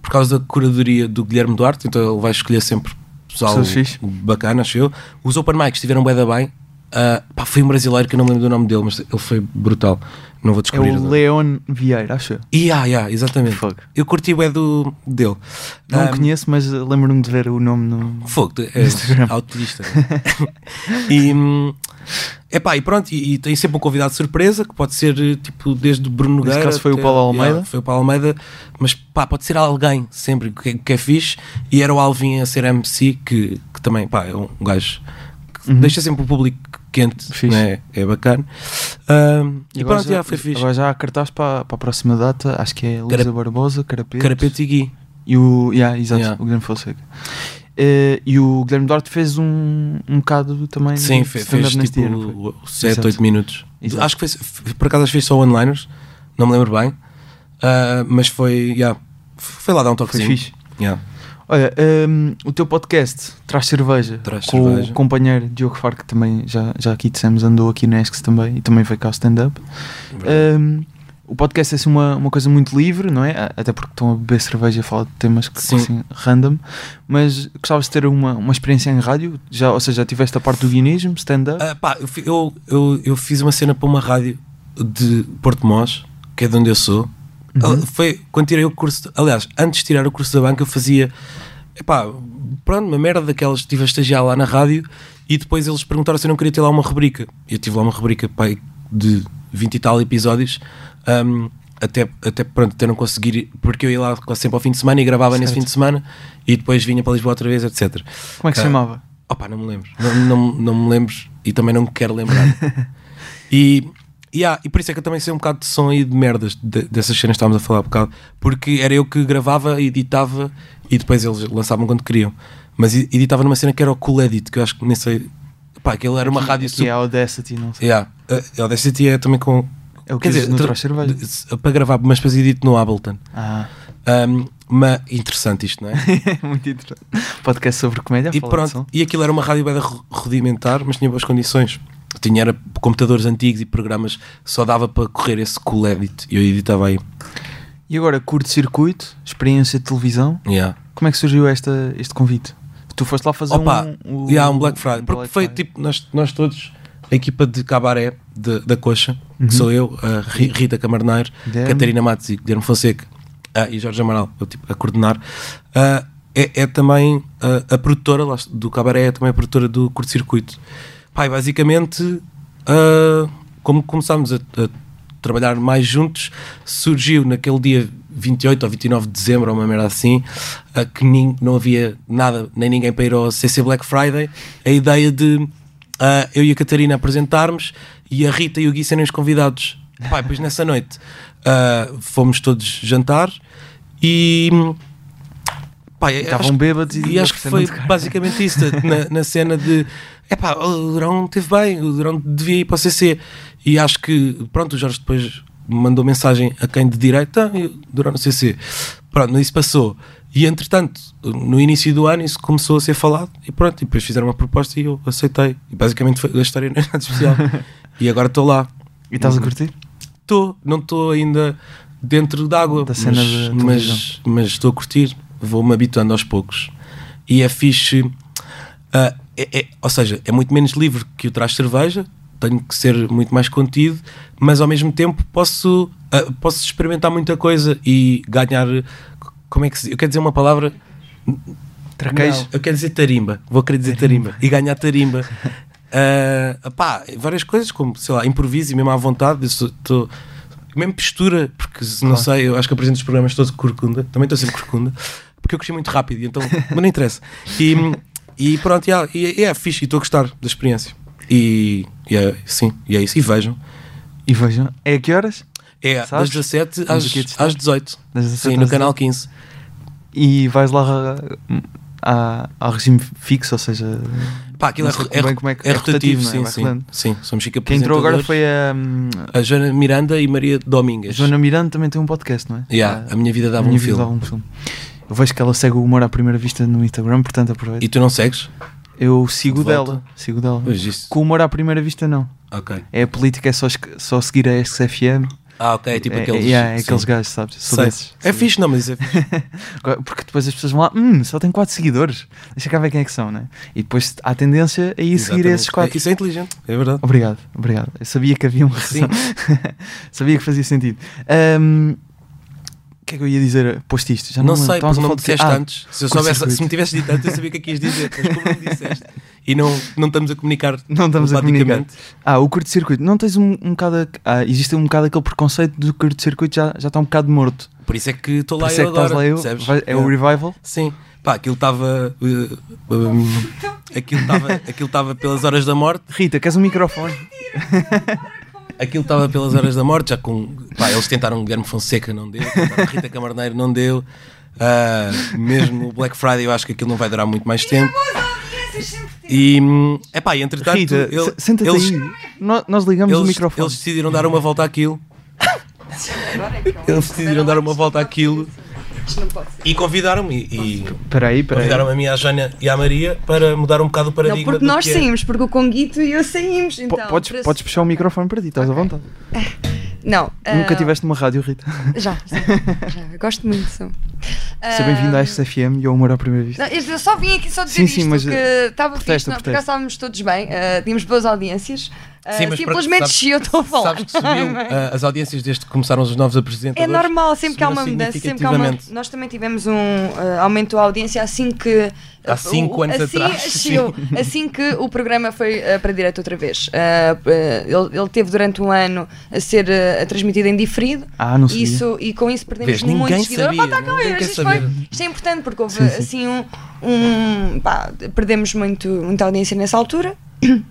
C: por causa da curadoria do Guilherme Duarte, então ele vai escolher sempre pessoal
B: Pessoas fixe.
C: bacana, acho eu. Os open mics estiveram bem da bem. ah, pá, foi um brasileiro que eu não me lembro do nome dele, mas ele foi brutal. Não vou
B: É
C: descobrir.
B: o Leon Vieira, acho eu.
C: Yeah, yeah, exatamente.
B: Fogo.
C: Eu curti o é do dele.
B: Não o
C: Ah,
B: conheço, mas eh, lembro-me de ver o nome no.
C: Fogo, tu és
B: Instagram.
C: autista. né? e, hum, epá, e pronto, e, e tem sempre um convidado de surpresa, que pode ser eh, tipo desde o Bruno
B: Neste
C: Nogueira.
B: caso foi o
C: até-
B: Paulo Almeida.
C: foi o Paulo Almeida, mas pá, pode ser alguém sempre, que, que é fixe. E era o Alvin a ser MC, que, que também pá, é um gajo que deixa sempre o público quente,
B: Uhum. Fixe.
C: né? é bacana. Ahm, e
B: agora
C: pronto,
B: já-
C: já, foi fixe.
B: Agora já há cartaz para, para a próxima data, acho que é Luísa
C: Cara-
B: Barbosa, Carapeto.
C: Carapeto e Gui.
B: E o. Yeah, exato,
C: Yeah.
B: o Guilherme Fonseca. Eh, e o Guilherme Duarte fez um, um bocado também.
C: Sim,
B: de
C: fez,
B: stand-up
C: fez
B: neste dia,
C: tipo
B: não foi?
C: 7,
B: Exato.
C: 8 minutos.
B: Exato.
C: Acho que fez, f- por acaso acho que fez só one-liners, não me lembro bem, Ah, mas foi, yeah, foi lá dar um
B: Foi
C: toquezinho.
B: fixe.
C: Yeah.
B: Olha, hum, o teu podcast Traz Cerveja
C: Traz
B: com
C: Cerveja.
B: o companheiro Diogo Faro, que também já, já aqui dissemos, andou aqui na ESCS também e também veio cá ao stand-up. Hum, o podcast é assim uma, uma coisa muito livre, não é? A- Até porque estão a beber cerveja e a falar de temas que
C: Sim.
B: assim, random. Mas gostavas de ter uma, uma experiência em rádio? Já, ou seja, já tiveste a parte do guionismo, stand-up?
C: Ah, pá, eu, fi- eu, eu, eu fiz uma cena para uma rádio de Porto Mós, que é de onde eu sou. Ah, Foi quando tirei o curso. Aliás, antes de tirar o curso da banca, eu fazia. Epá, pronto, uma merda daquelas. Estive a estagiar lá na rádio e depois eles perguntaram se eu não queria ter lá uma rubrica. Eu tive lá uma rubrica pá, de 20 e tal episódios. ahm, até, até, pronto, até não conseguir, ir, porque eu ia lá quase sempre ao fim de semana e gravava nesse fim de semana e depois vinha para Lisboa outra vez, etc.
B: Como é que se
C: ah,
B: chamava?
C: Opa, não me lembro. Não, não, não me lembro e também não me
B: [LAUGHS]
C: quero lembrar. e, e, há- e por isso é que eu também sei um bocado de som e de merdas de- dessas cenas que estávamos a falar há bocado. Porque era eu que gravava, editava e depois eles lançavam quando queriam. Mas e- editava numa cena que era o Cool Edit, que eu acho que nem sei. Pá, aquilo era uma rádio
B: Que é a Audacity, não sei.
C: Yeah. A a Audacity é também com.
B: É o que dizes no
C: tra-
B: Traz Cerveja.
C: de- para gravar, mas depois edito no Ableton.
B: Ah, [LAUGHS]
C: Um, mas interessante isto, não é?
B: muito interessante. Podcast sobre comédia, fala
C: E
B: de
C: pronto,
B: som.
C: e aquilo era uma rádio bué da ru- rudimentar, mas tinha boas condições. Tinha era computadores antigos e programas, só dava para correr esse cool edit. E eu editava aí.
B: E agora, curto-circuito, experiência de televisão.
C: Yeah.
B: Como é que surgiu esta, este convite? Tu foste lá fazer
C: Opa,
B: um,
C: um, yeah, um Black Friday. Porque
B: Black
C: foi
B: Friday.
C: tipo, nós, nós todos, a equipa de Cabaré, de- da Coxa,
B: Uhum.
C: que sou eu, a Ri- Rita Camarneiro,
B: Guilherme.
C: Catarina Matos e Guilherme Fonseca ah, e Jorge Amaral, eu tipo, a coordenar, ah, é, é também ah, a produtora lá está, do Cabaré, é também a produtora do Curto Circuito. Pai, basicamente, ah, como começámos a, a trabalhar mais juntos, surgiu naquele dia 28 ou 29 de dezembro, ou uma merda assim, ah, que nin- não havia nada, nem ninguém para ir ao CC Black Friday, a ideia de ah, eu e a Catarina apresentarmos e a Rita e o Gui serem os convidados. Pai, pois nessa noite ah, fomos todos jantar e. hum, Pai,
B: Estavam bêbados e
C: acho que foi
B: ofereceram-te carne.
C: basicamente isso na, na cena de epá, o Durão teve bem, o Durão devia ir para o CC. E acho que, pronto, o Jorge depois me mandou mensagem a quem de direita, e o Durão no CC. Pronto, isso passou. E entretanto, no início do ano, isso começou a ser falado e pronto, e depois fizeram uma proposta e eu aceitei. E basicamente foi a história [LAUGHS] não é nada especial. e agora estou lá.
B: E estás
C: um
B: a curtir?
C: Estou, não estou ainda dentro d'água,
B: Da cena
C: mas,
B: da
C: mas,
B: televisão.
C: mas estou a curtir, vou-me habituando aos poucos. E é fixe, ah, é- é- ou seja, é muito menos livre que o traz cerveja, tenho que ser muito mais contido, mas ao mesmo tempo posso, ah, posso experimentar muita coisa e ganhar. Como é que se diz? Eu quero dizer uma palavra
B: Traquejo?
C: não, eu quero dizer tarimba. Vou querer dizer tarimba. E ganhar
B: [LAUGHS]
C: tarimba. Ah, pá, várias coisas, como, sei lá, improviso e mesmo à vontade. Eu sou- tô- mesmo postura, porque se não sei, eu acho que apresento os programas todos de corcunda. Também estou sempre corcunda. Porque eu cresci muito rápido, e então, mas não interessa. E, e pronto, e, há- e- e é fixe. E estou a gostar da experiência. E, e é, sim, e é isso. E vejam.
B: E vejam, é a que horas?
C: É
B: Sabes?
C: das 17
B: Vamos
C: às,
B: aqui é a testar.
C: às 18.
B: Das 17
C: Sim, no
B: às
C: canal 15.
B: E vais lá a, a- ao regime fixo, ou seja,
C: Pá, aquilo é,
B: Não sei
C: ro-
B: como
C: é,
B: bem como é que-
C: é
B: é
C: rotativo,
B: rotativo, não é?
C: sim,
B: Vai
C: sim,
B: rodando.
C: sim. Somos cinco
B: quem entrou agora
C: apresentadores.
B: foi a, hum,
C: A Joana Miranda e Maria
B: a
C: Domingas.
B: Joana Miranda também tem um podcast, não é?
C: Yeah,
B: Ah,
C: a minha vida
B: A
C: dava
B: Minha
C: um
B: Vida
C: filme.
B: Dava um filme. Eu vejo que ela segue o humor à primeira vista no Instagram, portanto aproveito.
C: E tu não segues?
B: Eu sigo
C: De volta.
B: dela, sigo dela.
C: Pois isso.
B: Com o humor à primeira vista não.
C: Ok.
B: É a política, é só, esque- só seguir a SFM
C: Ah, ok, é tipo
B: É-
C: aqueles.
B: É, yeah, é
C: sim.
B: aqueles gajos, sabes? Sou
C: Sei.
B: desses.
C: É
B: [LAUGHS]
C: fixe, não, mas é
B: Porque depois as pessoas vão lá, hum, só tem 4 seguidores. Deixa cá ver quem é que são, né? E depois há tendência a ir seguir
C: Exatamente.
B: esses 4.
C: É, Isso é inteligente, é verdade.
B: Obrigado, obrigado. Eu sabia que havia uma
C: Sim.
B: razão. [LAUGHS] sabia que fazia sentido. Ahm, O que é que eu ia dizer? Posto isto, já
C: Não,
B: não, me lembro.
C: sei,
B: Estávamos a
C: porque não
B: falar
C: me
B: de- Ah,
C: disseste antes. Se, eu soubesse,
B: curto-circuito.
C: se me tivesse dito antes, eu sabia o que é que ias dizer, mas como não
B: [LAUGHS]
C: me disseste e não, não estamos a comunicar.
B: Não estamos a comunicar.
C: telepaticamente,
B: Ah, o curto-circuito. Não tens um, um bocado. a- Ah, existe um bocado aquele preconceito do curto-circuito já, já está um bocado morto.
C: Por isso é que estou
B: Por
C: lá
B: isso é
C: eu
B: que estás
C: agora.
B: lá eu.
C: percebes?
B: vai- é o
C: Yeah.
B: revival.
C: Sim, pá, aquilo estava. uh,
B: [LAUGHS]
C: um, aquilo estava aquilo estava pelas horas da morte.
B: Rita, queres um microfone?
C: Aquilo estava pelas horas da morte, já com. Pá, eles tentaram o Guilherme Fonseca, não deu. tentaram Rita Camarneiro, não deu. Ah, mesmo o Black Friday, eu acho que aquilo não vai durar muito mais tempo. E. É pá, entretanto.
B: Rita,
C: ele-
B: se- senta-te
C: eles,
B: aí. No- nós ligamos o
C: eles-
B: microfone.
C: eles decidiram dar uma volta àquilo. Eles decidiram dar uma volta àquilo. E convidaram-me. E, e
B: Peraí, peraí.
C: convidaram-me a mim, à Joana e à Maria para mudar um bocado o
E: Não,
C: paradigma.
E: porque
C: do
E: nós
C: que é.
E: saímos, porque o Conguito e eu saímos.
B: Po-
E: Então,
B: podes,
E: por isso-
B: podes puxar o microfone para ti, estás à vontade.
E: Não.
B: Nunca
E: ah,
B: tiveste numa rádio, Rita. [LAUGHS]
E: Já, sim, já. Gosto muito de som.
B: Seja bem-vindo
E: eh,
B: à SFM e ao Amor à Primeira Vista.
E: Não, eu só vim aqui só dizer
B: Sim, sim,
E: isto,
B: mas,
E: que
B: eh,
E: estava
B: protesta,
E: fixe, não, porque
B: protesta.
E: cá estávamos todos bem, ah, tínhamos boas audiências. ah,
C: Sim, mas para-
E: simplesmente
C: sabes-
E: desci, eu estou a falar.
C: Sabes que subiu,
E: [LAUGHS]
C: ah, as audiências desde que começaram os novos
E: É
C: apresentadores.
E: normal, sempre que há uma
C: subiram
E: mudança, sempre que há uma...
C: significativamente.
E: Nós também tivemos um ah, aumento da audiência assim que...
C: Há cinco anos
E: assim, [LAUGHS]
C: atrás,
E: Assim, assim que o programa foi ah, para direto outra vez. Ah, ah, ele, ele teve durante um ano a ser ah, transmitido em diferido.
B: Ah, não
E: e
B: sabia.
E: isso E com isso perdemos
C: Vês,
E: muitos
C: ninguém
E: seguidores.
C: sabia,
E: Pá, tá com
C: ninguém
E: eles,
C: quer
E: isto, foi-
C: saber.
E: isto é importante porque houve
B: Sim, sim.
E: assim um... um pá, perdemos muito, muita audiência nessa altura. E,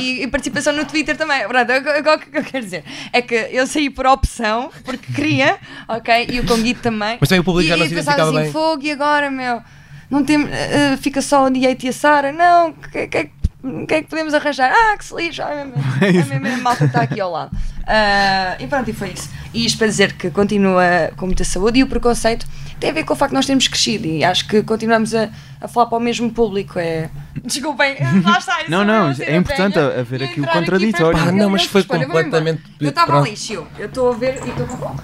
E: e- e participação no Twitter também. Pronto, eu- eu- eu- o que eu quero dizer é que eu saí por opção, porque queria, [LAUGHS] ok? E o Conguito também.
C: Mas também o público
E: e,
C: já não
E: e
C: se
E: pensava
C: identificava
E: assim,
C: bem.
E: fogo, e agora, meu? Não tem, eh, eh, fica só o Diego e a Sara? Não, o que, que, que é que podemos arranjar? Ah, que se lixa, é ai,
C: [LAUGHS]
E: meu- ai, meu- meu, a malta está aqui ao lado. Ah, e pronto, e foi isso. E isto para dizer que continua com muita saúde e o preconceito tem a ver com o facto de nós termos crescido e acho que continuamos a, a falar para o mesmo público. É... [LAUGHS] Desculpem, lá está,
B: Não,
E: sou
B: não,
E: eu a
B: é
E: ser a
B: importante
E: velha
B: haver
E: e
B: aqui o
E: entrar para
B: contraditório.
E: falar
C: Pá,
E: com
C: não,
E: ele,
C: mas
E: eu
C: foi
E: respondo, eu vou-me embora.
C: completamente-
E: Eu estava
C: pronto.
E: lixo, eu. eu estou a ver e estou com fome.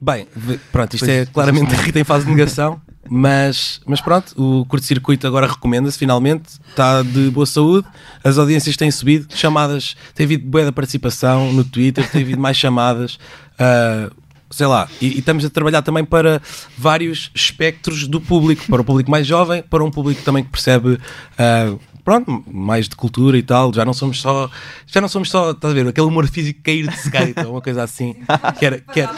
C: Bem, v- pronto, isto é claramente [LAUGHS] a Rita em fase de negação, mas, mas pronto, o curto-circuito agora recomenda-se finalmente, está de boa saúde, as audiências têm subido, chamadas, tem havido boa da participação no Twitter, tem havido mais chamadas, ah, sei lá, e, e estamos a trabalhar também para vários espectros do público, para o público mais jovem, para um público também que percebe. ah, Pronto, mais de cultura e tal, já não somos só, já não somos só, estás a ver, aquele humor físico cair de skate ou uma coisa assim, que era, que era,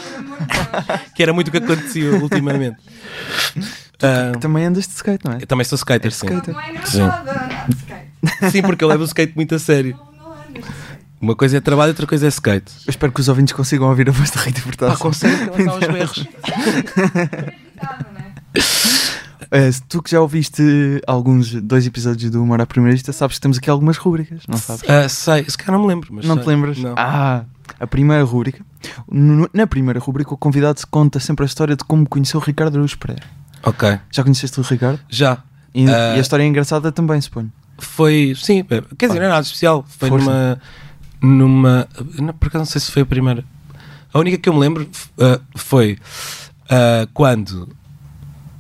C: que era muito o
B: [LAUGHS]
C: que acontecia ultimamente. Ah,
B: Também andas de skate, não é?
C: eu também sou skater, sim.
B: skater.
C: [LAUGHS]
E: é
C: Sim, porque eu levo o skate muito a sério. Uma coisa é trabalho, outra coisa é skate.
B: Eu espero que os ouvintes consigam ouvir a voz da Rita Portaço. [LAUGHS] É, se tu que já ouviste alguns dois episódios do Humor à Primeira Vista, sabes que temos aqui algumas rúbricas, não sabes?
C: Ah, sei, se calhar não me lembro. Mas
B: Não
C: sei.
B: te lembras?
C: Não.
B: Ah, a primeira rúbrica. No- Na primeira rúbrica, o convidado se conta sempre a história de como conheceu o Ricardo Araújo Pereira.
C: Ok,
B: Já conheceste o Ricardo?
C: já.
B: E,
C: Ah.
B: e a história é engraçada também, suponho.
C: Foi, sim, quer dizer, não é nada especial. Foi
B: Força.
C: numa. numa não, por acaso não sei se foi a primeira. A única que eu me lembro ah, foi ah, quando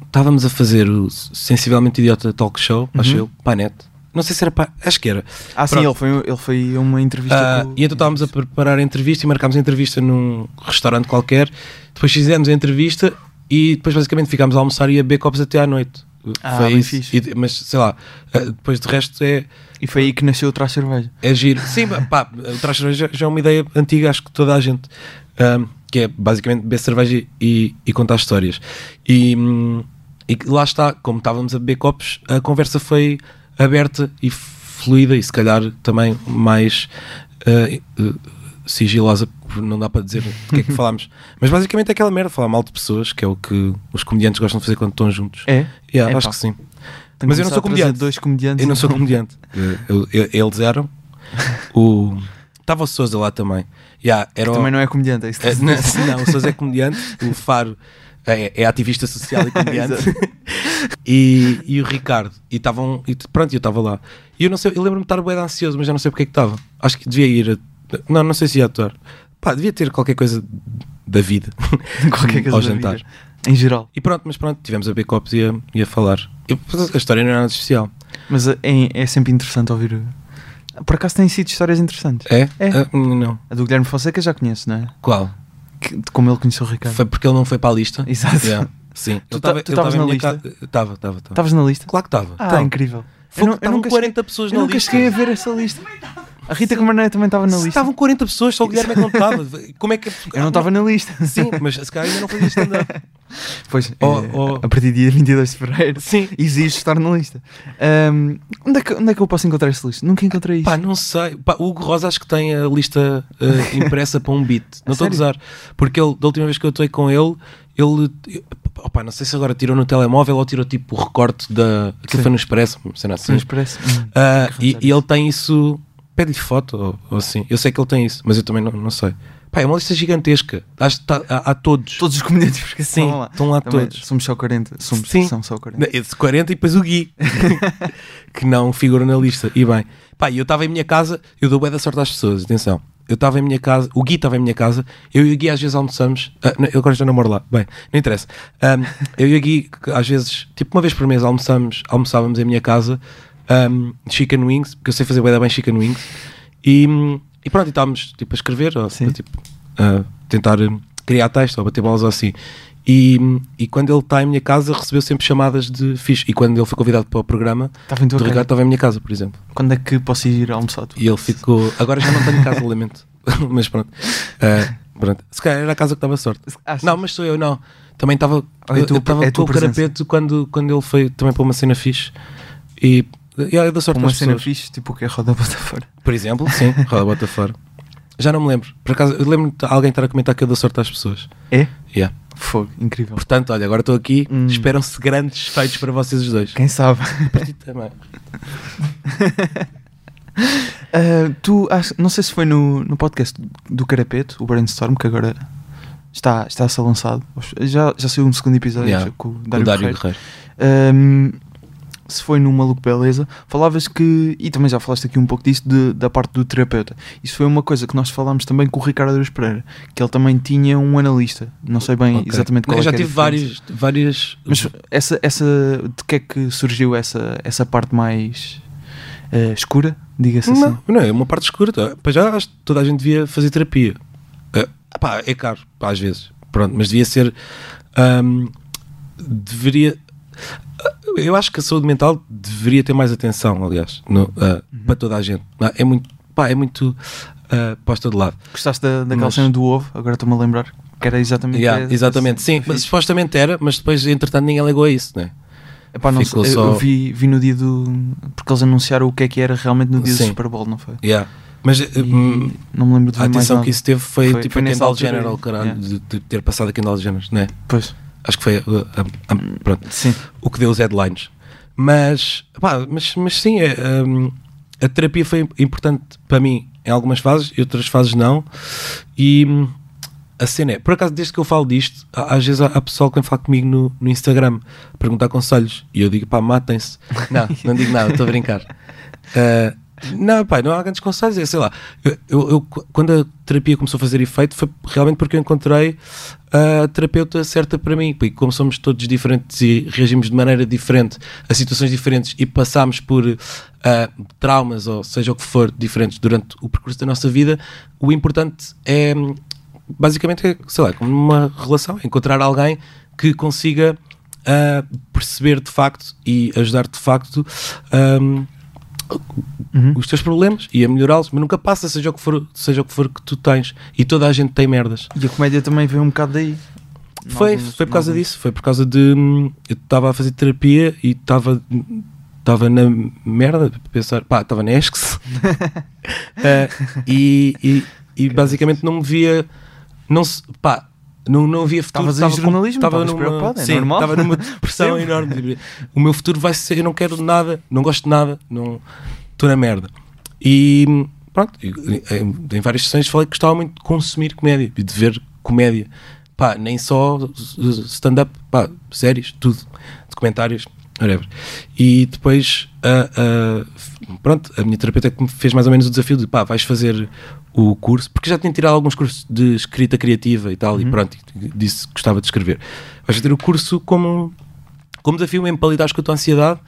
C: estávamos a fazer o Sensivelmente Idiota Talk Show,
B: Uhum.
C: acho eu, para a net. Não sei se era para. Acho que era.
B: Ah, sim,
C: Pronto.
B: ele foi, ele foi a uma entrevista.
C: Ah,
B: com-
C: e então estávamos a preparar a entrevista e marcámos a entrevista num restaurante qualquer. Depois fizemos a entrevista e depois basicamente ficámos a almoçar e a beber copos até à noite.
B: Ah, bem fixe.
C: E- mas sei lá, ah, depois de resto é,
B: E foi aí que nasceu o Traz Cerveja.
C: é giro. Sim, pá, o traz cerveja já é uma ideia antiga, acho que toda a gente. ahm, que é basicamente beber cerveja e, e contar histórias. E, hum, e que lá está, como estávamos a beber copos, a conversa foi aberta e fluida e se calhar também mais ah, eh, sigilosa, porque não dá para dizer do que é
B: [LAUGHS]
C: que falámos. Mas basicamente é aquela merda, falar mal de pessoas, que é o que os comediantes gostam de fazer quando estão juntos.
B: É?
C: Yeah,
B: É,
C: acho
B: pá.
C: que sim.
B: Tenho
C: Mas
B: que começar
C: eu não sou
B: a trazer
C: comediante.
B: Dois comediantes.
C: Eu não sou comediante.
B: Eh,
C: Eu- eu- eles eram. O... Estava o Souza lá também. Yeah, era o-
B: Também não é comediante, é isso. que [LAUGHS]
C: Eh, Oh. [LAUGHS] não, não, o Souza é comediante. O Faro é, é ativista social e
B: [LAUGHS]
C: comediante. [LAUGHS] e, e o Ricardo. E estavam. E, t- pronto, eu estava lá. E eu não sei, eu lembro-me de estar bem ansioso, mas já não sei porque é que estava. Acho que devia ir a- Não, não sei se ia atuar. Pá, devia ter qualquer coisa da vida.
B: [LAUGHS] Qualquer coisa
C: Ao
B: da
C: jantar.
B: vida. Em geral.
C: E pronto, mas pronto, tivemos a Backups e a, e a falar. E, pois, a história não era nada especial.
B: Mas é, é sempre interessante ouvir. Por acaso têm sido histórias interessantes.
C: É?
B: É.
C: Ah, não.
B: A do Guilherme Fonseca já conheço, não é?
C: Qual?
B: Que- de como ele conheceu o Ricardo.
C: Foi porque ele não foi para a lista?
B: Exato.
C: Yeah. Sim.
B: Tu
C: Ele
B: ta-
C: tava-
B: tu
C: ele tava
B: estavas
C: em
B: na
C: minha
B: lista?
C: ca- eh, Tava, estava, estava.
B: Estavas na lista?
C: Claro que estava.
B: Ah,
C: Então,
B: incrível.
C: Foi,
B: Eu não- eu
C: estavam
B: nunca
C: 40 pessoas
B: Eu
C: na
B: nunca
C: lista.
B: cheguei a ver essa lista. A Rita Camarneira também estava na
C: Se
B: lista.
C: Estavam 40 pessoas, só o Guilherme é que não estava. Como é que.
B: Eu não estava na lista.
C: Sim, mas se calhar ainda não fazia stand-up.
B: [LAUGHS] Pois,
C: Oh,
B: eh,
C: oh.
B: a partir do dia 22 de fevereiro, Sim. exige estar na lista. Ahm, onde, é que, onde é que eu posso encontrar essa lista? Nunca encontrei isso.
C: Pá, não sei. Pá, o Hugo Rosa acho que tem a lista eh, impressa para
B: [LAUGHS]
C: um beat. Não estou a gozar. Porque ele, da última vez que eu atuei com ele, ele. Opá, não sei se agora tirou no telemóvel ou tirou tipo o recorte da. Aquilo
B: Sim.
C: foi no Expresso, não sei lá, assim.
B: Mas parece. hum.
C: Ah,
B: Que
C: e,
B: raio
C: e ele tem isso. Pede-lhe foto ou, ou assim. Eu sei que ele tem isso, mas eu também não, não sei. Pá, é uma lista gigantesca. Acho que tá- há, há todos.
B: Todos os comediantes, porque assim,
C: Sim,
B: estão lá.
C: estão lá
B: Também
C: todos.
B: Somos só 40. Somos,
C: Sim.
B: São só 40.
C: Na- Esse 40 e depois o
B: [LAUGHS]
C: Gui, que não figura na lista. E bem, pá, eu estava em minha casa, eu dou bué da sorte às pessoas, atenção. Eu estava em minha casa, o Gui estava em minha casa, eu e o Gui às vezes almoçamos. ah, não, eu agora já namoro lá, bem, não interessa. Ahm, eu e o Gui, que às vezes, tipo uma vez por mês, almoçamos, almoçávamos em minha casa, ahm, chicken wings, porque eu sei fazer bué da bem chicken wings, e, hum, e pronto, e estávamos tipo a escrever, ou,
B: Sim.
C: tipo, a tentar hum, criar texto ou bater bolas ou assim. E, e quando ele está em minha casa, recebeu sempre chamadas de fixe. E quando ele foi convidado para o programa,
B: Estava em tua
C: do Ricardo
B: casa.
C: estava em minha casa, por exemplo.
B: Quando é que posso ir almoçar? Tu?
C: E ele ficou. Agora já não tenho casa, [LAUGHS] lamento. mas pronto. Ah, pronto. Se calhar era a casa que dava sorte.
B: Achas?
C: Não, mas sou eu, não. Também estava.
B: Ah, é
C: eu
B: tua-
C: estava
B: é
C: com
B: tua
C: o
B: presença.
C: carapeto quando, quando ele foi também para uma cena fixe. E. e eu dou sorte
B: Uma
C: às
B: cena
C: pessoas.
B: fixe, tipo o que é roda para fora.
C: Por exemplo,
B: [LAUGHS]
C: sim, roda bota fora. Já não me lembro. Por acaso, eu lembro de alguém estar a comentar que eu dou sorte às pessoas.
B: É?
C: Yeah.
B: Fogo, incrível.
C: Portanto, olha, agora estou aqui.
B: Hum.
C: Esperam-se grandes feitos para vocês os dois.
B: Quem é sabe?
C: Para ti também.
B: Ah, tu, ach- não sei se foi no, no podcast do Carapeto, o Brainstorm, que agora está, está a ser lançado. Já, já saiu um segundo episódio
C: Yeah,
B: com o
C: O
B: Dário,
C: Dário
B: Guerreiro.
C: Guerreiro.
B: Ahm, se foi no Maluco Beleza, falavas que, e também já falaste aqui um pouco disso, de- da parte do terapeuta. Isso foi uma coisa que nós falámos também com o Ricardo Aros Pereira, que ele também tinha um analista. Não sei bem
C: Ok.
B: exatamente qual
C: Eu
B: é
C: já
B: que é a
C: tive
B: diferença.
C: vários, várias.
B: Mas essa, essa, de que é que surgiu essa, essa parte mais eh, escura, diga-se assim?
C: Não, não, é uma parte escura. tá? Para já acho que toda a gente devia fazer terapia. É, ah pá, é caro, pá, às vezes. Pronto, mas devia ser. hum, deveria. ah, Eu acho que a saúde mental deveria ter mais atenção, aliás, no, ah,
B: Uhum.
C: para toda a gente. Não, É muito, pá, é muito ah, posta de lado.
B: Gostaste da, daquela
C: Mas-
B: cena do ovo, agora estou-me a lembrar que era exatamente
C: Yeah,
B: essa-
C: exatamente, sim, mas supostamente era, mas depois, entretanto, ninguém ligou a isso, né?
B: Epá, não sei,
C: Ficou
B: eu,
C: só-
B: eu vi, vi no dia do. Porque eles anunciaram o que é que era realmente no dia do
C: Sim.
B: Super Bowl, não foi?
C: Yeah. Mas
B: E
C: hum,
B: não me lembro de
C: a
B: ver mais
C: atenção
B: nada.
C: que isso teve foi,
B: Foi-
C: tipo
B: foi
C: a
B: nessa
C: Kendall
B: altura,
C: Jenner, ao caralho,
B: yeah.
C: de, de ter passado a Kendall Jenner, né?
B: Pois,
C: Acho que foi uh, um, um, pronto,
B: sim.
C: o que deu os headlines. Mas, pá, mas, mas sim, é, um, a terapia foi importante para mim em algumas fases e outras fases não. E hum, a cena é, por acaso, desde que eu falo disto, há- às vezes há, há pessoal que vem falar comigo no, no Instagram, perguntar conselhos e eu digo, pá, matem-se. Não, não digo nada, estou a brincar. [LAUGHS] Ah, não, pá, não há grandes conselhos, é, sei lá. Eu, eu- eu- quando a terapia começou a fazer efeito foi realmente porque eu encontrei a terapeuta certa para mim. E como somos todos diferentes e reagimos de maneira diferente a situações diferentes e passámos por ah, traumas ou seja o que for diferentes durante o percurso da nossa vida, o importante é hum, basicamente, é, sei lá, como numa relação, encontrar alguém que consiga ah, perceber de facto e ajudar de facto. hum, os teus problemas e a melhorá-los, mas nunca passa, seja o, que for, seja o que for que tu tens. E toda a gente tem merdas.
B: E a comédia também veio um bocado daí. Em
C: Foi,
B: alguns-
C: foi
B: em
C: por causa
B: alguns-
C: disso, foi por causa de. hum, Eu estava a fazer terapia e estava. Estava na merda, de pensar, pá, estava na
B: [LAUGHS]
C: ESCS Eh, e, e, e basicamente não me via, não se, pá, não, não via futuro.
B: Estavas em
C: estava com-
B: jornalismo,
C: estava
B: estavas
C: numa-
B: preocupado, é
C: sim,
B: normal.
C: Estava numa depressão
B: [LAUGHS] Percebo.
C: enorme. de- O meu futuro vai ser, eu não quero nada, não gosto de nada, não estou na merda. E pronto, e- e- em, em várias sessões falei que gostava muito de consumir comédia e de ver comédia. Pá, nem só s- s- stand-up, pá, séries, tudo, documentários. whatever. E depois, ah, ah, f- pronto, a minha terapeuta é que me fez mais ou menos o desafio de pá, vais fazer o curso, porque já tinha tirado alguns cursos de escrita criativa e tal, e pronto, e disse que gostava de escrever. Vais fazer o curso como, como desafio mesmo para lidares com a tua ansiedade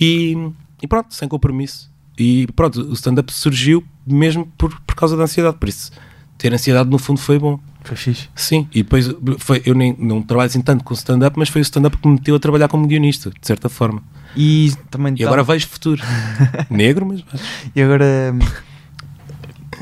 C: e, e pronto, sem compromisso. E pronto, o stand-up surgiu mesmo por, por causa da ansiedade, por isso ter ansiedade no fundo foi bom.
B: Foi fixe.
C: Sim, e depois foi, eu nem, não trabalho assim tanto com stand-up, mas foi o stand-up que me meteu a trabalhar como guionista, de certa forma.
B: E também tá-
C: E agora vejo futuro. Negro, mas mas-
B: E agora,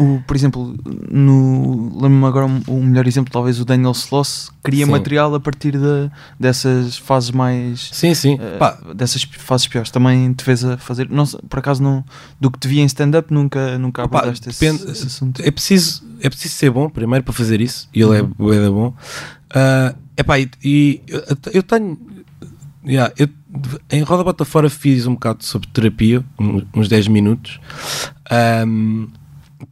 B: hum, [LAUGHS] o, por exemplo, no, lembro-me agora um, um melhor exemplo, talvez o Daniel Sloss cria
C: Sim.
B: material a partir de, dessas fases mais.
C: Sim, sim.
B: eh,
C: Pá,
B: dessas fases piores também te fez a fazer não, sei, por acaso não do que te vi em stand-up nunca nunca
C: Opa,
B: abordaste esse,
C: depende-
B: esse assunto
C: é preciso, é preciso ser bom primeiro para fazer isso, e ele
B: Uhum.
C: é bué da bom. Ah, epá, e, e eu, eu tenho. yeah, eu, em Roda Bota Fora fiz um bocado sobre terapia, um- uns 10 minutos. Ahm,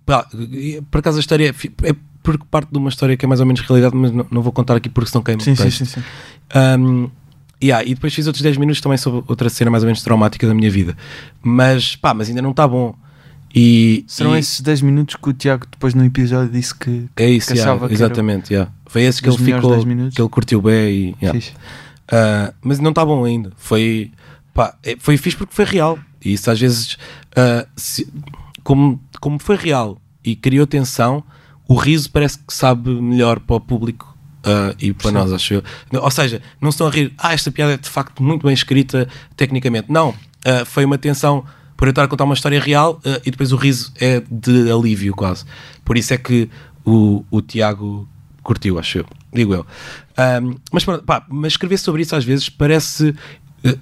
C: pá, e por acaso a história é, fi- é porque parte de uma história que é mais ou menos realidade, mas não, não vou contar aqui porque senão queima. o
B: sim, sim
C: texto.
B: sim sim
C: Um, yeah, e depois fiz outros 10 minutos também sobre outra cena mais ou menos traumática da minha vida. Mas pá, mas ainda não está bom. E,
B: serão
C: e
B: esses 10 minutos que o Tiago depois no episódio disse que
C: é isso,
B: que
C: yeah,
B: achava que era
C: exatamente. yeah. Foi esse que
B: dos
C: ele
B: melhores
C: ficou,
B: 10 minutos.
C: que ele curtiu bem. E, yeah.
B: fixe.
C: Ah, mas não está bom ainda. Foi, pá, é- foi fixe porque foi real. E isso às vezes, ah, se- como, como foi real e criou tensão, o riso parece que sabe melhor para o público. ah, e para nós, acho eu. Ou seja, não se estão a rir, ah, esta piada é de facto muito bem escrita tecnicamente. Não, ah, foi uma tensão por eu estar a contar uma história real ah, e depois o riso é de alívio quase. Por isso é que o, o Tiago curtiu, acho eu. Digo eu. Ahm, mas, pronto, pá, mas escrever sobre isso às vezes parece. eh,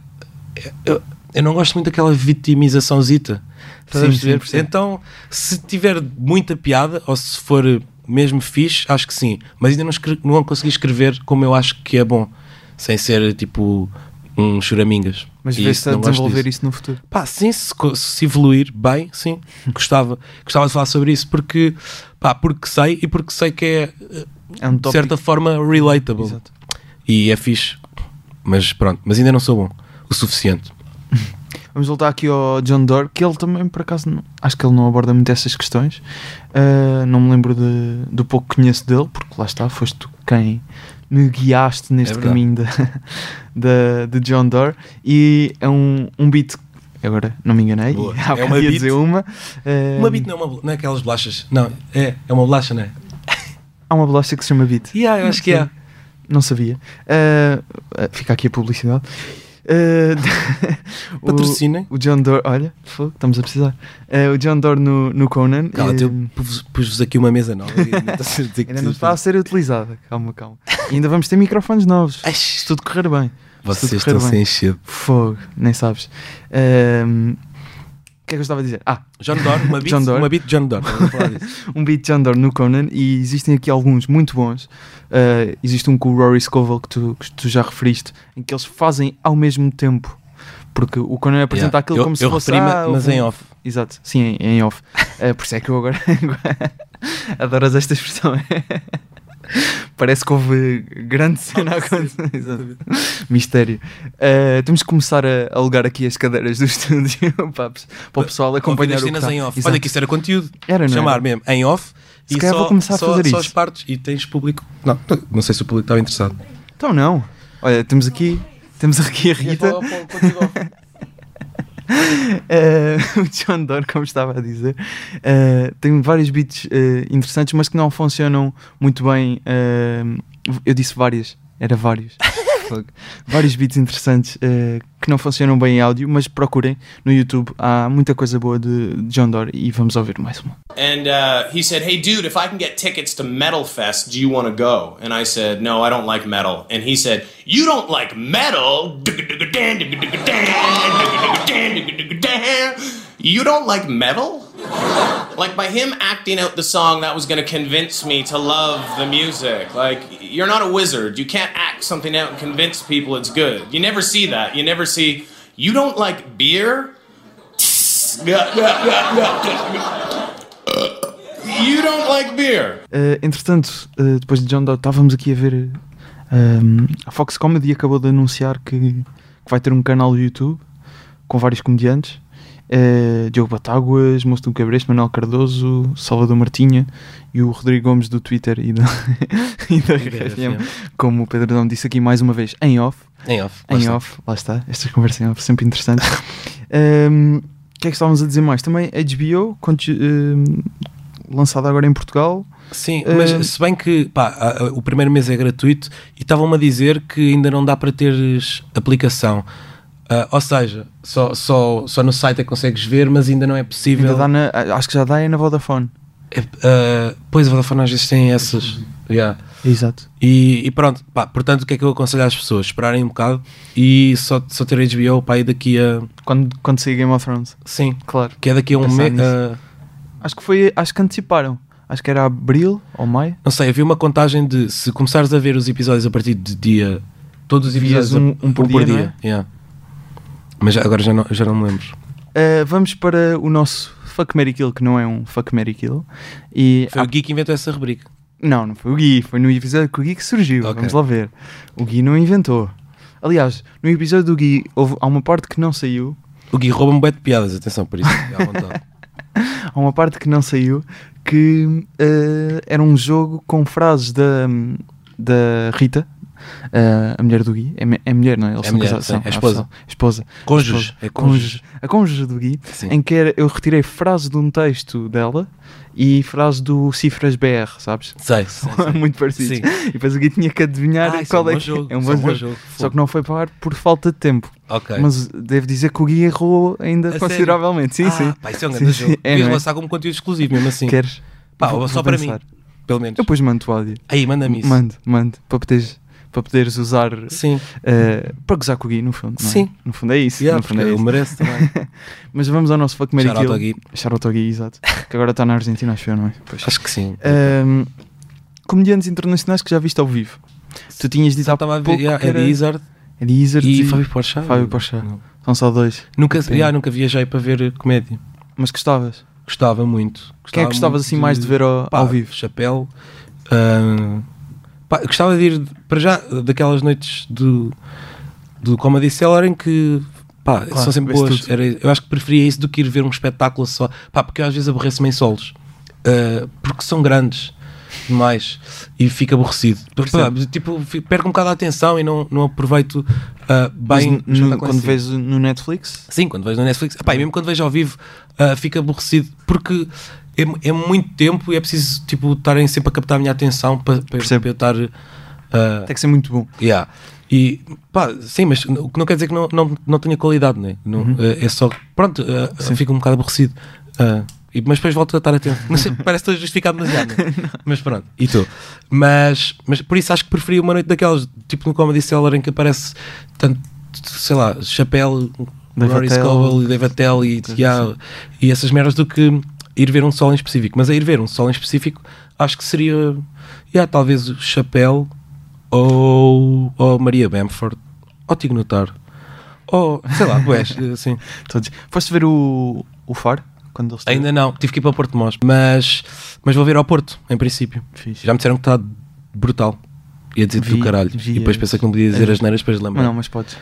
C: eu, eu não gosto muito daquela vitimizaçãozita. Estás a
B: Sim,
C: perceber?
B: sim, percebo.
C: Então, se tiver muita piada ou se for eh, mesmo fixe, acho que sim. Mas ainda não, escre- não consegui escrever como eu acho que é bom, sem ser eh, tipo um choramingas.
B: mas
C: E
B: vê-se a
C: não gosto
B: desenvolver
C: disso.
B: isso no futuro
C: Pá, sim, se, co- se evoluir bem, sim, gostava, gostava de falar sobre isso porque, pá, porque sei e porque sei que é eh,
B: é um
C: de
B: tópico
C: certa forma relatable
B: Exato.
C: e é fixe, mas pronto, mas ainda não sou bom o suficiente.
B: Vamos voltar aqui ao John Doerr, que ele também, por acaso, não- acho que ele não aborda muito essas questões. Ah, não me lembro de- do pouco que conheço dele, porque lá está, foste tu quem me guiaste neste
C: É verdade.
B: caminho da da- [LAUGHS] de John Doerr. E é um, um beat, agora não me enganei, [LAUGHS]
C: Boa.
B: há
C: É
B: é
C: uma beat.
B: dizer uma. Ah,
C: Uma beat não é, uma, bol- não é aquelas bolachas, não, é, é uma bolacha, não é?
B: Há uma bolacha que se chama beat.
C: Yeah, eu acho que é.
B: Não sabia. Ah, ah, fica aqui a publicidade. Ah, [LAUGHS] o-
C: Patrocina.
B: O John Doerr, olha, fogo, estamos a precisar. Eh, o John Doerr no, no Conan.
C: Cala,
B: eh,
C: eu pus- pus-vos aqui uma mesa nova. e não estou certo de que
B: ainda não
C: vocês-
B: está a ser utilizada. Calma, calma. E ainda vamos ter microfones novos.
C: Ai,
B: Se tudo correr bem.
C: Vocês
B: se tudo
C: estão
B: correr
C: sem
B: bem.
C: encher.
B: Fogo, nem sabes. Ehm, O que é que eu estava a dizer? Ah,
C: John Dor, uma beat,
B: John Dor.
C: uma beat John Dor. vamos falar disso.
B: um beat John Doerr no Conan e existem aqui alguns muito bons. Eh, existe um com o Rory Scovel que tu, que tu já referiste, em que eles fazem ao mesmo tempo. Porque o Conan apresenta
C: Yeah.
B: aquilo
C: eu,
B: como se
C: eu
B: fosse.
C: referi-me,
B: ah,
C: mas
B: houve
C: em
B: um-
C: off.
B: Exato, sim, em, em
C: [LAUGHS]
B: off. Eh, por isso é que eu agora [LAUGHS] adoras esta expressão. Parece que houve grande
C: [LAUGHS]
B: cena a acontecer. Exato. Mistério. Eh, temos que começar a alugar aqui as cadeiras do [LAUGHS] estúdio para, para o pessoal acompanhar o
C: Ouvir
B: que
C: as
B: tá.
C: cenas em off.
B: Exato.
C: Olha que isso era conteúdo.
B: Era, não
C: Chamar
B: era?
C: mesmo em off.
B: Se
C: e
B: calhar
C: só,
B: vou começar a
C: só-
B: fazer
C: só
B: isso.
C: as partes e tens público. Não, não sei se o público estava interessado.
B: Então não. Olha, temos aqui, temos aqui a Rita. Eh, [LAUGHS] o John Doerr, como estava a dizer, eh, tem vários beats eh, interessantes, mas que não funcionam muito bem. eh, eu disse várias, era vários. Fogo. vários beats interessantes eh, que não funcionam bem em áudio, mas procurem no YouTube. Há muita coisa boa de John Doerr e vamos ouvir mais uma.
D: And uh, he said, Hey, dude, if I can get tickets to Metal Fest, do you want to go? And I said, No, I don't like metal. And he said, You don't like metal? You don't like metal? Like, by him acting out the song, that was going to convince me to love the music. Like, you're not a wizard. You can't act something out and convince people it's good. You never see that. You never see, You don't like beer? [LAUGHS] You don't like beer.
B: Eh, entretanto, eh, ehm, depois de John Doe, estávamos aqui a ver eh, um, a Fox Comedy acabou de anunciar que, que vai ter um canal do YouTube com vários comediantes. eh, Diogo Batáguas, Moço do Cabresto, Manuel Cardoso, Salvador Martinha e o Rodrigo Gomes do Twitter e da, [LAUGHS] e da RFM, como o Pedro Dom disse aqui mais uma vez, em off,
C: Em off. lá
B: em
C: está.
B: off, lá está, estas conversas em off, sempre interessantes. Ahm, O que é que estávamos a dizer mais? Também HBO, conte- ahm, lançada ehm, agora em Portugal.
C: Sim,
B: Eh,
C: mas se bem que pá, a- a- o primeiro mês é gratuito e estavam-me a dizer que ainda não dá para teres aplicação. Ah, ou seja, só, só, só no site é que consegues ver, mas ainda não é possível.
B: Ainda dá na- acho que já dá é na Vodafone.
C: É, ah, pois a Vodafone às vezes tem essas. Yeah.
B: Exato.
C: E, e pronto, pá, portanto, o que é que eu aconselho às pessoas? Esperarem um bocado e só, só ter HBO pá, aí daqui a.
B: Quando, quando saiu Game of Thrones.
C: Sim,
B: Claro.
C: que é daqui a um
B: Pensar
C: mês.
B: nisso. Acho que foi, acho que anteciparam. Acho que era abril ou maio.
C: não sei, havia uma contagem de se começares a ver os episódios a partir de dia. Todos os
B: Vias
C: episódios a-
B: um- um por dia, não é?
C: yeah. Mas já- agora já não, já não me lembro.
B: Ah, vamos para o nosso Fuck Mary Kill, que não é um Fuck Mary Kill. E
C: Foi
B: há-
C: o Gui que inventou essa rubrica.
B: Não, não foi o Gui, foi no episódio que o Gui que surgiu.
C: Ok.
B: Vamos lá ver. O Gui não inventou. Aliás, no episódio do Gui houve, há uma parte que não saiu,
C: O Gui rouba-me bué de piadas, atenção, [LAUGHS] por isso. à vontade.
B: há uma parte que não saiu que eh, era um jogo com frases da, da Rita, eh, a mulher do Gui. É, me- é mulher, não é? Eles
C: É
B: são
C: mulher,
B: casados,
C: sim,
B: são,
C: é esposa.
B: são. Esposa.
C: Cônjuge. É cônjuge.
B: A cônjuge do Gui,
C: Sim.
B: em que era- eu retirei frases de um texto dela e frases do Cifras BR, sabes? [LAUGHS]
C: Sei. sei, sei.
B: Muito parecido.
C: Sim.
B: E depois o Gui tinha que adivinhar
C: Ah, isso
B: qual é,
C: bom
B: que
C: jogo,
B: é um
C: isso
B: bom jogo. Só que não foi para o ar por falta de tempo.
C: Ok.
B: Mas devo dizer que o Gui errou ainda
C: sério?
B: consideravelmente. Sim,
C: ah,
B: sim.
C: Pá, isso é um
B: Sim,
C: grande
B: sim.
C: jogo.
B: É,
C: Devias
B: não é?
C: lançar como conteúdo exclusivo mesmo assim.
B: Queres?
C: Pá,
B: Vou-
C: só
B: vou
C: para
B: pensar.
C: mim. Pelo menos.
B: Eu depois mando-te o áudio.
C: Aí, manda-me isso.
B: Mando, mando. Para poderes, para poderes usar.
C: Sim.
B: eh, para gozar com o Gui, no fundo. não é?
C: Sim.
B: No fundo é isso.
C: Yeah,
B: no
C: porque
B: fundo é
C: ele
B: isso.
C: merece
B: [LAUGHS]
C: também.
B: Mas vamos ao nosso Fuck Mary
C: Shout out ao
B: Kill.
C: Gui.
B: Shout-out ao Gui, exato. Que agora está na Argentina, acho eu, não é?
C: [LAUGHS] Acho que sim.
B: Ahm, comediantes internacionais que já viste ao vivo. Tu tinhas dito
C: Só
B: há
C: estava a ver
B: pouco
C: yeah,
B: que era
C: Eddie Izzard
B: Eddie Izzard
C: e
B: e-
C: Fábio Porchat.
B: Fábio Porchat.
C: Não.
B: São só dois.
C: Nunca,
B: Pena.
C: yeah, nunca viajei para ver comédia.
B: Mas gostavas?
C: Gostava muito.
B: Quem é que gostavas
C: muito
B: assim mais de ver ao,
C: pá,
B: ao vivo?
C: Chapéu. ah, pá, gostava de ir para já daquelas noites do, do Comedy Cellar é em que pá,
B: Claro,
C: são sempre
B: vês
C: boas.
B: tudo.
C: Era- eu acho que preferia isso do que ir ver um espetáculo só. Pá, porque eu às vezes aborreço-me em solos. ah, porque são grandes demais e fico aborrecido. Pá, tipo, fico- perco um bocado a atenção e não, não aproveito ah,
B: Mas
C: bem
B: no-
C: o espetáculo em
B: quando
C: si.
B: vês no Netflix?
C: Sim, quando vejo na Netflix. Epá, e mesmo quando vejo ao vivo, ah, fico aborrecido porque é, mu- é muito tempo e é preciso tipo, estarem sempre a captar a minha atenção para, para,
B: Percebo.
C: para eu estar. ah,
B: Tem que ser muito bom.
C: yeah. E pá, sim, mas o que não quer dizer que não, não, não tenha qualidade, né? não
B: Uhum.
C: ah, é? só. Pronto, ah, fico um bocado aborrecido. Ah, e- mas depois volto a estar atento. Mas parece que estou a justificar demasiado. né?
B: [LAUGHS]
C: Mas pronto, e tu? Mas, mas por isso acho que preferia uma noite daquelas, tipo no Comedy Cellar, em que aparece tanto, sei lá, chapéu,
B: Dave
C: Rory
B: Attell.
C: Scovel e Dave Attell e, e há- e essas merdas do que ir ver um solo em específico. Mas a ir ver um solo em específico, acho que seria yeah, talvez o Chapéu ou, ou Maria Bamford ou Tigo Notar ou sei
B: [LAUGHS]
C: lá, Boés, assim.
B: Todos. Foste ver o, o Far? Quando eles
C: Ainda não, tive que ir para o Porto de Mós, mas, mas vou ver ao Porto, em princípio.
B: Fixe.
C: Já me disseram que está brutal. Ia dizer
B: Vi-
C: do caralho.
B: vi
C: e depois
B: as-
C: pensei que não podia dizer
B: as-
C: as neiras, depois
B: Mas
C: lembro.
B: não, mas podes.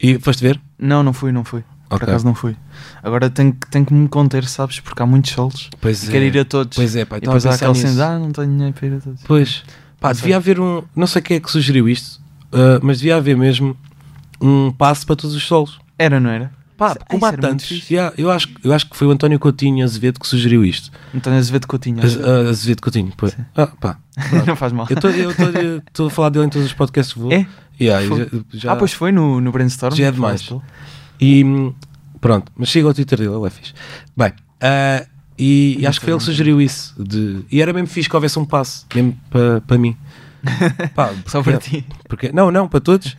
C: E foste ver?
B: Não, não fui, não fui. Por
C: Ok.
B: acaso não fui. Agora tenho, que- tenho que me conter, sabes? Porque há muitos solos.
C: Pois
B: Quero ir a todos.
C: Pois é, pá,
B: e
C: estava
B: depois
C: a
B: há
C: pensar
B: aquela cena
C: nisso.
B: de, ah, não tenho dinheiro para ir a todos.
C: Pois, pá, devia haver um. Não sei quem é que sugeriu isto, ah, mas devia haver mesmo um passo para todos os solos.
B: Era, não era?
C: Pá,
B: Isso- ah, isso era muito
C: combatantes.
B: fixe.
C: Yeah, eu, acho, que- eu acho que foi o António Coutinho Azevedo que sugeriu isto.
B: António Azevedo Coutinho. [LAUGHS]
C: Az- ah, Azevedo Coutinho, pois. Ah, pá.
B: não faz mal.
C: Eu estou a falar dele em todos os podcasts que vou.
B: É?
C: Yeah, eu
B: Fogo.
C: já,
B: [LAUGHS]
C: já-
B: ah, pois foi no, no Brainstorm.
C: já é demais.
B: Falaste
C: E hum, pronto, mas siga o Twitter dele, ele é fixe. Bem, ah, e, e acho que foi ele que sugeriu isso. De, e era mesmo fixe que houvesse um passo, mesmo para
B: [LAUGHS]
C: pa mim. Pá,
B: Só
C: porque-
B: para
C: é,
B: ti.
C: Porque, não, não, para todos.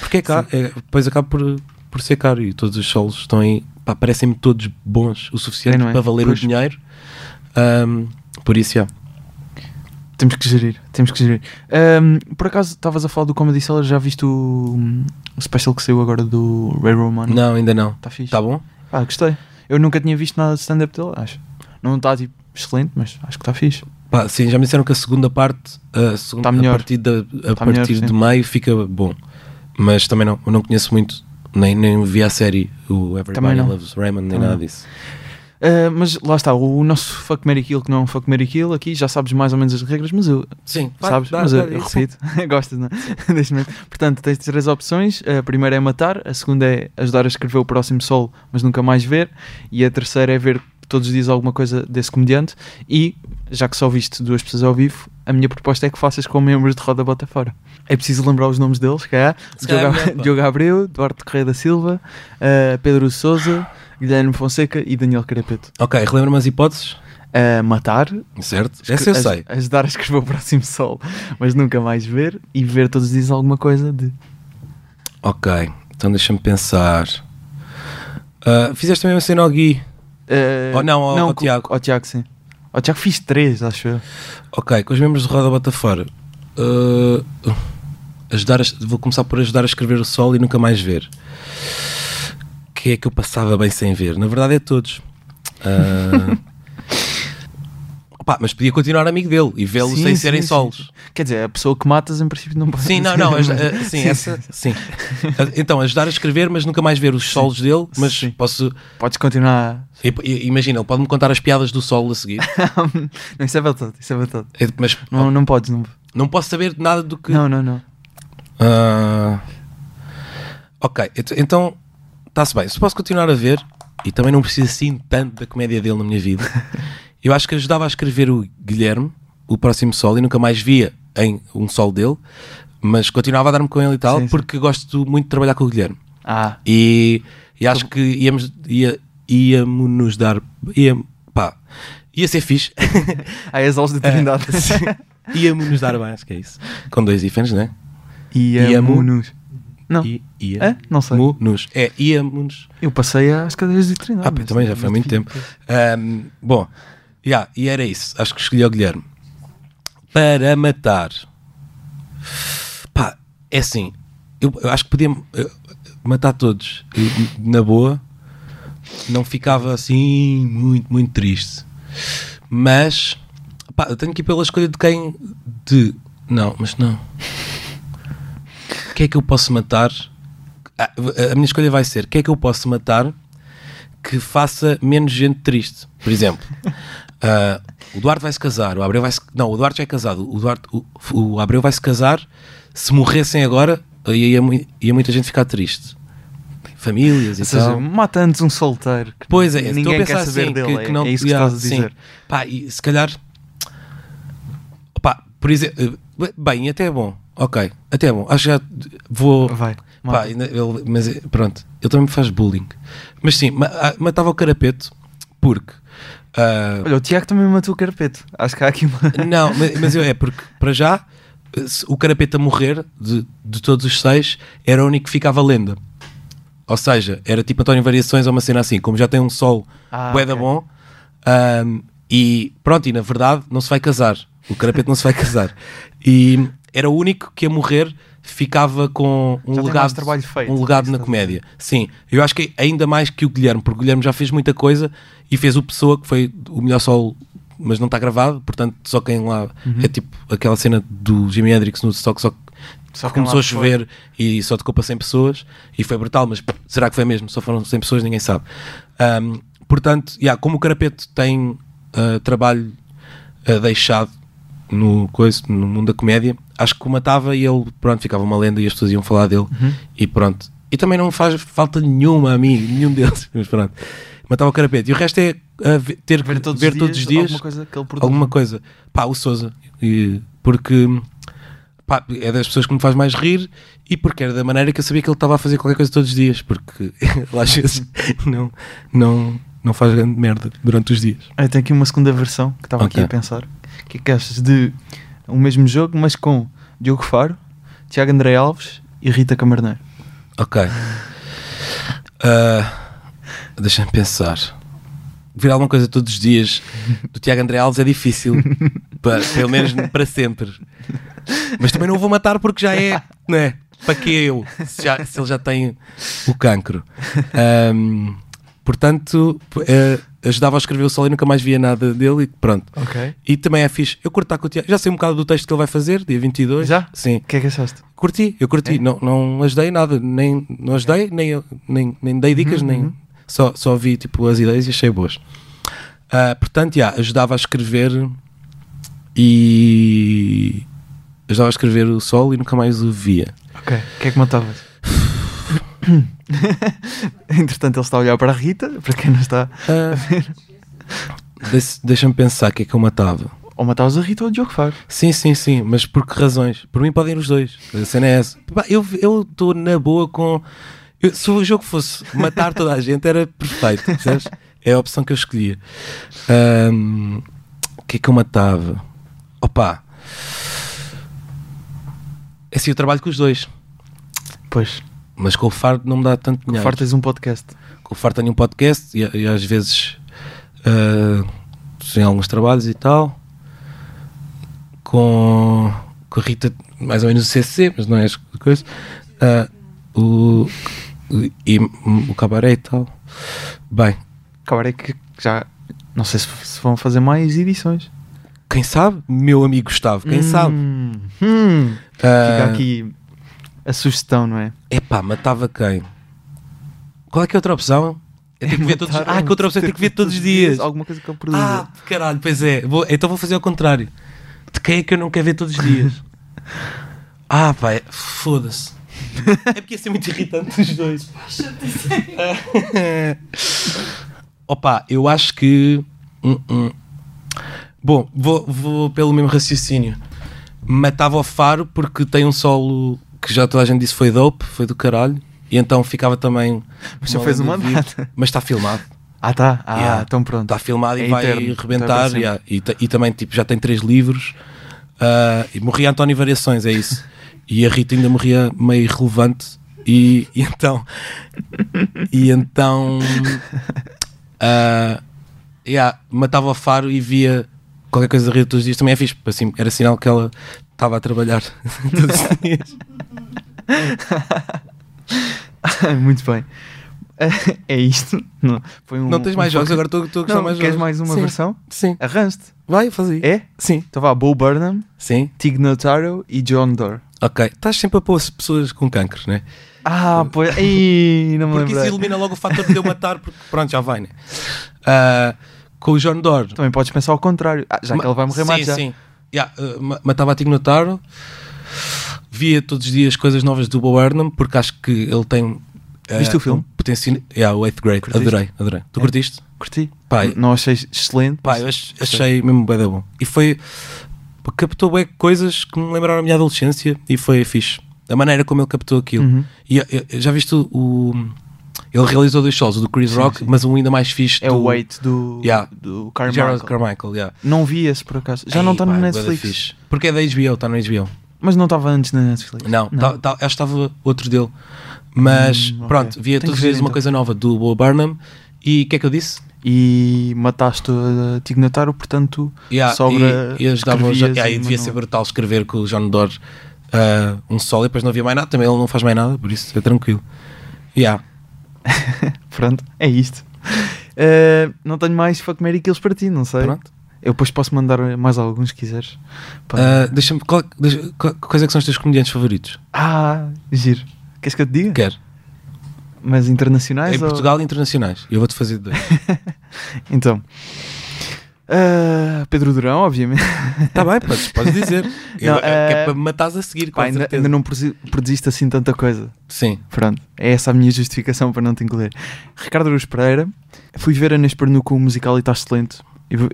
C: Porque é caro. É, depois acaba por, por ser caro e todos os solos estão aí. Pá, parecem-me todos bons o suficiente
B: É, não é?
C: para valer
B: Pois.
C: o dinheiro. Ahm, por isso, já.
B: Temos que gerir, temos que gerir. Ahm, por acaso, estavas a falar do Comedy Cellar, já viste o, o special que saiu agora do Ray Romano?
C: Não, ainda não.
B: Está fixe.
C: Está bom?
B: Ah, gostei. Eu nunca tinha visto nada de stand-up dele, acho. Não está tipo excelente, mas acho que está fixe.
C: Pá, sim, já me disseram que a segunda parte, a, segunda,
B: Tá melhor.
C: a partir, da, a
B: Tá
C: partir
B: melhor, sim.
C: de maio, fica bom. Mas também não, eu não conheço muito nem, nem vi a série o
B: Também
C: Everybody
B: não.
C: Loves Raymond, nem
B: Também
C: nada
B: não.
C: disso.
B: Ah, mas lá está, o nosso fuck Mary Kill que não é um fuck Mary Kill aqui, já sabes mais ou menos as regras, mas eu
C: Sim,
B: sabes, mas eu, eu repito, [LAUGHS] gostas, não? é? [LAUGHS] Deixa-me. Portanto, tens três opções. A primeira é matar, a segunda é ajudar a escrever o próximo solo, mas nunca mais ver, e a terceira é ver todos os dias alguma coisa desse comediante. E, já que só viste duas pessoas ao vivo, a minha proposta é que faças com membros de Roda Bota Fora. É preciso lembrar os nomes deles, que é
C: Se calhar é
B: Diogo,
C: melhor, pá.
B: Diogo Abreu, Duarte Correia da Silva, eh, Pedro Souza, Guilherme Fonseca e Daniel Carapeto.
C: Ok, relembra-me as hipóteses.
B: Eh, matar,
C: Certo? Essa eu
B: Aj-
C: sei.
B: Ajudar a escrever o próximo sol, mas nunca mais ver e ver todos os dias alguma coisa de.
C: Ok, então deixa-me pensar. Ah, fizeste também uma cena ao Gui.
B: eh,
C: Oh, não, ao- ao
B: co-
C: Tiago.
B: Ao Tiago, sim. Ao Tiago fiz três, acho eu.
C: Ok, com os membros de Roda Bota Fora. Ah, ajudar a- vou começar por ajudar a escrever o sol e nunca mais ver. Que é que eu passava bem sem ver? Na verdade é todos. Ah, [LAUGHS] opá, mas podia continuar amigo dele e vê-lo
B: Sim,
C: sem
B: sim,
C: serem
B: sim.
C: solos.
B: Quer dizer, a pessoa que matas, em princípio, não pode.
C: Sim, não, não.
B: mas-
C: aj-
B: [LAUGHS]
C: ah, sim, essa, sim. Ah, Então, ajudar a escrever, mas nunca mais ver os solos dele. Mas
B: Sim.
C: posso.
B: Podes continuar. [LAUGHS]
C: e- e- Imagina, ele pode-me contar as piadas do solo a seguir. [LAUGHS]
B: não, isso é verdade, isso é verdade.
C: É, Mas
B: Não, não podes, não.
C: não posso saber nada do que.
B: Não, não, não.
C: Ah, ok, ent- então está-se bem. Se posso continuar a ver, e também não preciso assim tanto da comédia dele na
B: [LAUGHS]
C: minha vida, eu acho que ajudava a escrever o Guilherme, o próximo solo, e nunca mais via em um solo dele, mas continuava a dar-me com ele e tal,
B: Sim, sim.
C: porque gosto muito de trabalhar com o Guilherme.
B: Ah,
C: E, e acho que íamos, ia, íamos nos dar. Ia, pá, ia
B: [LAUGHS]
C: ser fixe.
B: há as aulas ah, de
C: Eh,
B: Trindade.
C: [LAUGHS] íamos nos dar bem, acho que é isso. Com dois hífenes, né?
B: e
C: E
B: a
C: a mu-
B: Munos. Não,
C: I, ia,
B: É? Não sei.
C: Mu-nos. É, ia-nos.
B: eu passei às cadeiras de Trindade.
C: Ah, pá,
B: mas- tipo-
C: também já foi há muito tempo. Ahm, bom, já, e era isso. Acho que escolhi o Guilherme. Para matar. Pá, é assim. Eu, eu acho que podia eh, matar todos. E, Na boa. Não ficava assim muito, muito triste. Mas, pá, eu tenho que ir pela escolha de quem. De. Não, mas não. O que é que eu posso matar? Ah, A, minha escolha vai ser: o que é que eu posso matar que faça menos gente triste? Por exemplo, [LAUGHS] ah, o Duarte vai se casar, o Abreu vai se. Não, o Duarte já é casado, o, Duarte, o, o Abreu vai se casar. Se morressem agora, ia, mui- ia muita gente ficar triste. Famílias e
B: Ou seja,
C: tal.
B: mata antes um solteiro. que
C: Então- Pois é, estou a
B: ninguém
C: pensar
B: quer saber
C: assim,
B: dele.
C: que,
B: é-
C: que não,
B: é isso que
C: yeah,
B: estás a
C: sim.
B: dizer.
C: Pá, e se calhar, pá, por exemplo, bem, até é bom, ok, até é bom, acho que já vou,
B: Vai,
C: pá,
B: mata.
C: ainda- ele- mas é- pronto, ele também me faz bullying, mas sim, ma- ah, matava o carapeto, porque, ah,
B: Olha, o Tiago também matou o carpeto. Acho que há
C: [LAUGHS]
B: aqui uma.
C: não, ma- mas, eu- é porque, para já, se o carapeta morrer, de, de todos os seis, era o único que ficava lenda. Ou seja, era tipo António Variações ou uma cena assim, como já tem um sol
B: Ah,
C: bué da
B: ok.
C: bom, ahm, e pronto, e na verdade não se vai casar. O carapete não se vai casar. E era o único que a morrer ficava com um
B: Já tem mais
C: legado,
B: trabalho feito, é
C: um legado
B: isso
C: na
B: estás a
C: comédia. Sim, eu acho que é ainda mais que o Guilherme, porque o Guilherme já fez muita coisa e fez o Pessoa, que foi o melhor solo, mas não está gravado, portanto só quem lá... É tipo aquela cena do Jimi Hendrix no Stock, só que
B: Uhum. Só quem lá
C: começou a
B: foi.
C: chover e só tocou para 100 pessoas e foi brutal, mas pff, será que foi mesmo? Só foram 100 pessoas, ninguém sabe. Ahm, portanto, yeah, como o Carapeto tem ah, trabalho ah, deixado no, coisa, no mundo da comédia, acho que o matava e ele, pronto, ficava uma lenda e as pessoas iam falar dele
B: Uhum.
C: e pronto. E também não faz falta nenhuma a mim, nenhum deles, [LAUGHS] mas pronto. Matava o Carapeto. E o resto é ah, ve- ter que
B: Ver todos, os, dias, alguma coisa que ele produz.
C: alguma coisa. Pá, o Souza. E- porque pá, é das pessoas que me faz mais rir e porque era da maneira que eu sabia que ele estava a fazer qualquer coisa todos os dias. Porque [LAUGHS] lá às vezes não, não, não faz grande merda durante os dias.
B: Eu tenho aqui uma segunda versão que estava
C: Ok.
B: aqui a pensar. O que é que achas de o mesmo jogo, mas com Diogo Faro, Tiago André Alves e Rita Camarneiro?
C: Ok. Ah, Deixa-me pensar. Ver alguma coisa todos os dias do Tiago André Alves é difícil. Pa- pelo menos para sempre. Mas também não o vou matar porque já é. Não é? Para que eu? Se, já- se ele já tem o cancro. Ahm, portanto, p- eh, ajudava a escrever o solo e nunca mais via nada dele e pronto.
B: Ok.
C: E também é fixe. Eu curto estar com o Tiago. Já sei um bocado do texto que ele vai fazer, dia 22.
B: Já?
C: Sim.
B: O que é que achaste?
C: Curti, eu curti. Não, não ajudei nada. Nem, não ajudei, nem, nem, nem dei dicas, nem. Só, só vi tipo, as ideias e achei boas. Ah, portanto, já, ajudava a escrever e. Ajudava a escrever o solo e nunca mais o via.
B: Ok. O que é que [LAUGHS] matavas? Entretanto, ele está a olhar para a Rita, para quem não está.
C: Ah, deixa- Deixa-me pensar o que é que eu matava.
B: Ou matavas a Rita ou o Diogo Faro.
C: Sim, sim, sim, mas por que razões? Por mim podem ir os dois. A cena é essa. Pá, Eu estou na boa com. eu- se o jogo fosse matar toda a gente, era perfeito. percebes? É a opção que eu escolhia. Ahm, O que é que eu matava? Opa! É assim, eu trabalho com os dois,
B: Pois.
C: mas com o Faro não me dá tanto dinheiro.
B: Fartas um podcast.
C: Com o Faro tenho um podcast e, e às vezes ah, tenho alguns trabalhos e tal. Com, com a Rita, mais ou menos o CC, mas não é as coisas. Ah, o, e, o cabaré e tal. Bem,
B: Acabar é que já. Não sei se, se vão fazer mais edições.
C: quem sabe? Meu amigo Gustavo, quem sabe?
B: Hum, hum. Fica
C: Ah,
B: aqui a sugestão, não é?
C: Epá, matava quem? Qual é que é a outra opção? Eu tenho que ver todos, ah, que outra opção? Eu tenho que ver todos os dias.
B: Alguma coisa que eu produza.
C: Ah, caralho, pois é. Vou- então vou fazer ao contrário. De quem é que eu não quero ver todos os [LAUGHS] dias? ah, vai, foda-se. É porque ia ser muito irritante os dois. [LAUGHS] Opa, eu acho que. Hum, hum. Bom, vou, vou pelo mesmo raciocínio. Matava o Faro porque tem um solo que já toda a gente disse foi dope, foi do caralho. E então ficava também.
B: Mas já fez uma data.
C: Mas está filmado.
B: Ah, tá. Ah,
C: Yeah.
B: então pronto.
C: Está filmado e
B: É
C: vai
B: eterno, está para
C: rebentar.
B: sempre.
C: yeah. E, ta- e também tipo, já tem três livros. Ah, e morria António Variações, é isso. E a Rita ainda morria meio irrelevante. E, e então. E então. ah, yeah, matava o faro e via qualquer coisa da Rita todos os dias. Também é fixe. Assim, era sinal que ela estava a trabalhar [LAUGHS] todos os
B: [LAUGHS]
C: dias.
B: [LAUGHS] Muito bem. É isto. Não, foi um-
C: Não tens mais
B: um
C: jogos,
B: foco-
C: agora estou estou a gostar
B: Não,
C: mais
B: queres
C: jogos.
B: mais uma
C: Sim,
B: versão?
C: Sim.
B: Arranjaste.
C: Vai, fazer.
B: É?
C: Sim.
B: Então vá, Bo Burnham,
C: Sim.
B: Tig Notaro e John Doerr.
C: Ok. Estás sempre a pôr pessoas com cancro, né?
B: Ah, pois. Ai, não é me
C: Porque
B: lembro.
C: isso elimina logo o fator de eu matar, porque pronto, já vai, né? Ah, com o John Dor.
B: Também podes pensar ao contrário. Ah, Então, já que ele vai morrer
C: sim,
B: mais já.
C: Sim, Yeah, ah, ma- matava a Tignotaro. Via todos os dias coisas novas do Bo Burnham, porque acho que ele tem. ah,
B: Viste o filme?
C: Um potencial... Yeah, o 8th grade.
B: Curtiste? É?
C: Adorei, adorei. Tu curtiste?
B: Curti.
C: Pai.
B: Não achei excelente.
C: Pá, eu ach-
B: é.
C: achei mesmo bem bom. E foi. Captou bem coisas que me lembraram a minha adolescência e foi fixe. A maneira como ele captou aquilo.
B: Uhum.
C: E eu- eu- já viste o. o- ele realizou dois shows, o do Chris Rock, mas um ainda mais fixe.
B: É
C: do
B: o Wait do,
C: Yeah.
B: do
C: Gerald
B: Carmichael.
C: Carmichael, yeah.
B: Não vi esse por acaso. Já não
C: Ei,
B: está no
C: pá, bué da
B: Netflix.
C: fixe. Porque é da HBO, está no HBO.
B: Mas não estava antes na Netflix.
C: Não, tá- tá- acho que estava outro dele. Mas
B: Hum, ok.
C: pronto, via
B: Tenho que
C: todos os
B: ver,
C: dias uma
B: então.
C: coisa nova do Bo Burnham. E o que é que eu disse?
B: E mataste a Tignatário, portanto,
C: Yeah,
B: sobra.
C: e, e ajudava o Jo-
B: escrevias
C: yeah, e
B: uma
C: devia ser
B: nova.
C: brutal escrever com o John Dor ah, um solo e depois não havia mais nada. Também ele não faz mais nada, por isso é tranquilo. Yeah.
B: Pronto, é isto. [LAUGHS] Eh, não tenho mais fuck Mary Kills para ti, não sei.
C: Pronto.
B: Eu depois posso mandar mais alguns se quiseres. Pá.
C: Ah, Deixa-me. Qual, deixa, qual- quais é que são os teus comediantes favoritos?
B: Ah, giro. Queres que eu te diga?
C: Quero.
B: Mas internacionais?
C: em
B: ou-
C: Portugal e internacionais. Eu vou-te
B: [LAUGHS]
C: fazer dois.
B: Então. Ah, Pedro Durão, obviamente.
C: Está Tá bem, podes, podes
B: [LAUGHS]
C: dizer. Eu-
B: Não,
C: é que é
B: ah,
C: para me matares a seguir, com
B: Pá, ainda,
C: certeza.
B: ainda não produzi- produziste assim tanta coisa.
C: Sim.
B: Pronto, é essa a minha justificação para não te incluir. Ricardo Aruz Pereira, fui ver a Nespernu com o musical e está excelente.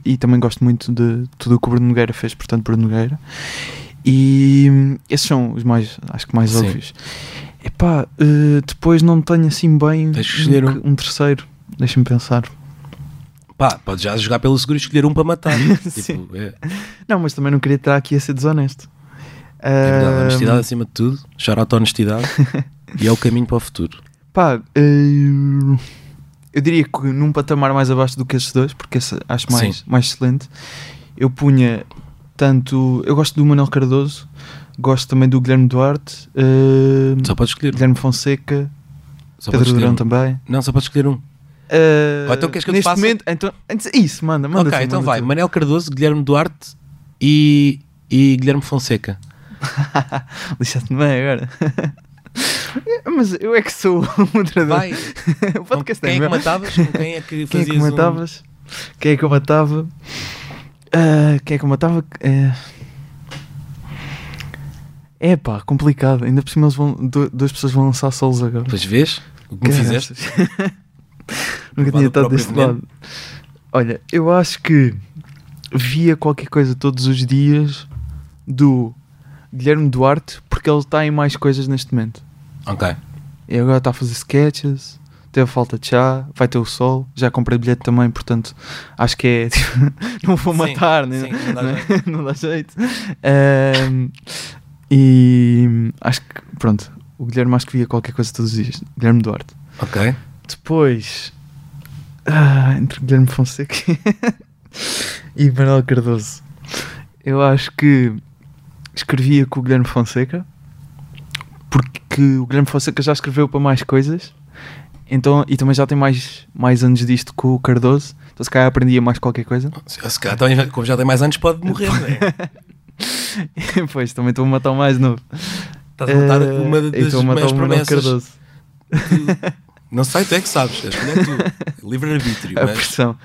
B: E, e também gosto muito de tudo o que o Bruno Nogueira fez, portanto, Bruno Nogueira. E hum, esses são os mais, acho que mais
C: Sim.
B: óbvios. Epá, eh, depois não tenho assim bem
C: Tens que escolher um.
B: que- terceiro. Deixa-me pensar.
C: Pá, podes já jogar pelo seguro e escolher um
B: [LAUGHS]
C: para matar.
B: Sim.
C: Tipo, é, é
B: Não, mas também não queria estar aqui a ser desonesto.
C: verdade,
B: Ah,
C: honestidade acima de tudo. Charota
B: [LAUGHS]
C: honestidade. e é o caminho para o futuro.
B: Pá, eh, eu diria que num patamar mais abaixo do que esses dois, porque esse acho mais,
C: Sim.
B: mais excelente, eu punha tanto. Eu gosto do Manuel Cardoso, gosto também do Guilherme Duarte, eh,
C: Só podes escolher um.
B: Guilherme Fonseca,
C: Só podes
B: Pedro
C: escolher
B: Durão
C: um.
B: também.
C: Não, só podes escolher um.
B: eh,
C: Ou então queres que eu te
B: neste
C: faça?
B: momento, então, antes- isso, manda, manda.
C: ok,
B: tu,
C: então
B: manda
C: vai.
B: tu.
C: Manel Cardoso, Guilherme Duarte e, e Guilherme Fonseca.
B: Lixaste-me assim. bem agora. [LAUGHS] Mas eu é que sou o [LAUGHS] moderador.
C: Vai.
B: o podcast
C: quem é
B: é
C: que
B: meu.
C: matavas? Com quem é que
B: Quem é
C: fazias
B: que
C: um...
B: matavas? Quem é que eu matava? Ah, quem é que eu matava? É pá, complicado. Ainda por cima eles vão, do- duas pessoas vão lançar solos agora.
C: Pois vês? O
B: é
C: que me fizeste?
B: Caraças. Nunca
C: Levado
B: tinha estado
C: próprio
B: deste
C: veneno.
B: lado. Olha, eu acho que via qualquer coisa todos os dias do Guilherme Duarte porque ele está em mais coisas neste momento.
C: Ok.
B: E agora está a fazer sketches, teve falta de chá, vai ter o sol. Já comprei bilhete também, portanto acho que é. [LAUGHS] tipo, não vou
C: Sim,
B: matar, né?
C: sim, não dá
B: Não é? [LAUGHS] Não dá jeito. Ahm, e acho que, pronto, o Guilherme acho que via qualquer coisa todos os dias. Guilherme Duarte.
C: Ok.
B: Depois, ah, entre Guilherme Fonseca [LAUGHS] e Manuel Cardoso, eu acho que escrevia com o Guilherme Fonseca, porque o Guilherme Fonseca já escreveu para mais coisas, então, e também já tem mais, mais anos disto com o Cardoso, então se calhar aprendia mais qualquer coisa. [LAUGHS]
C: Se se calhar também, como já tem mais anos, pode morrer, não é?
B: pois, também estou a matar o mais novo.
C: Estás a matar
B: Eh,
C: uma
B: e
C: das
B: estou a matar
C: maiores
B: o Manuel
C: promessas.
B: Cardoso.
C: Não sei, tu é que sabes. A escolha é
B: [LAUGHS]
C: tu. Livre-arbítrio.
B: A
C: Mas...
B: pressão.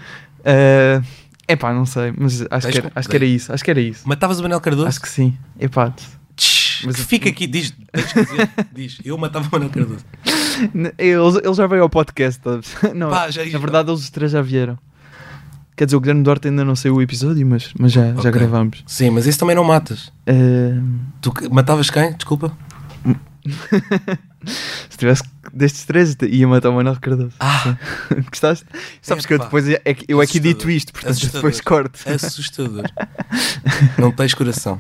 B: é epá, não sei, mas acho
C: Tens
B: que, era,
C: que-
B: acho que era isso, acho que era isso.
C: Matavas o Manel Cardoso?
B: Acho que sim. Epá,
C: Tch,
B: Mas
C: que
B: eu-
C: fica aqui, diz, tens que dizer, diz. Eu matava o Manuel Cardoso.
B: n- ele, ele já veio ao podcast. sabes? [LAUGHS] Não,
C: Pá, já-
B: na verdade, eles os três já vieram. Quer dizer, o Guilherme Duarte ainda não saiu o episódio, mas, mas já, já Ehm,
C: Ok.
B: gravámos.
C: Sim, mas esse também não matas.
B: Ahm,
C: Tu que- matavas quem? Desculpa.
B: se tivesse destes três, ia matar o Manuel Cardoso.
C: Ah.
B: Sim. [LAUGHS] Gostaste? Sabes que eu
C: Epá.
B: depois é, é que- eu é que edito
C: Assustador.
B: isto, portanto
C: Assustador. É.
B: depois corto.
C: [LAUGHS] Assustador. não tens coração.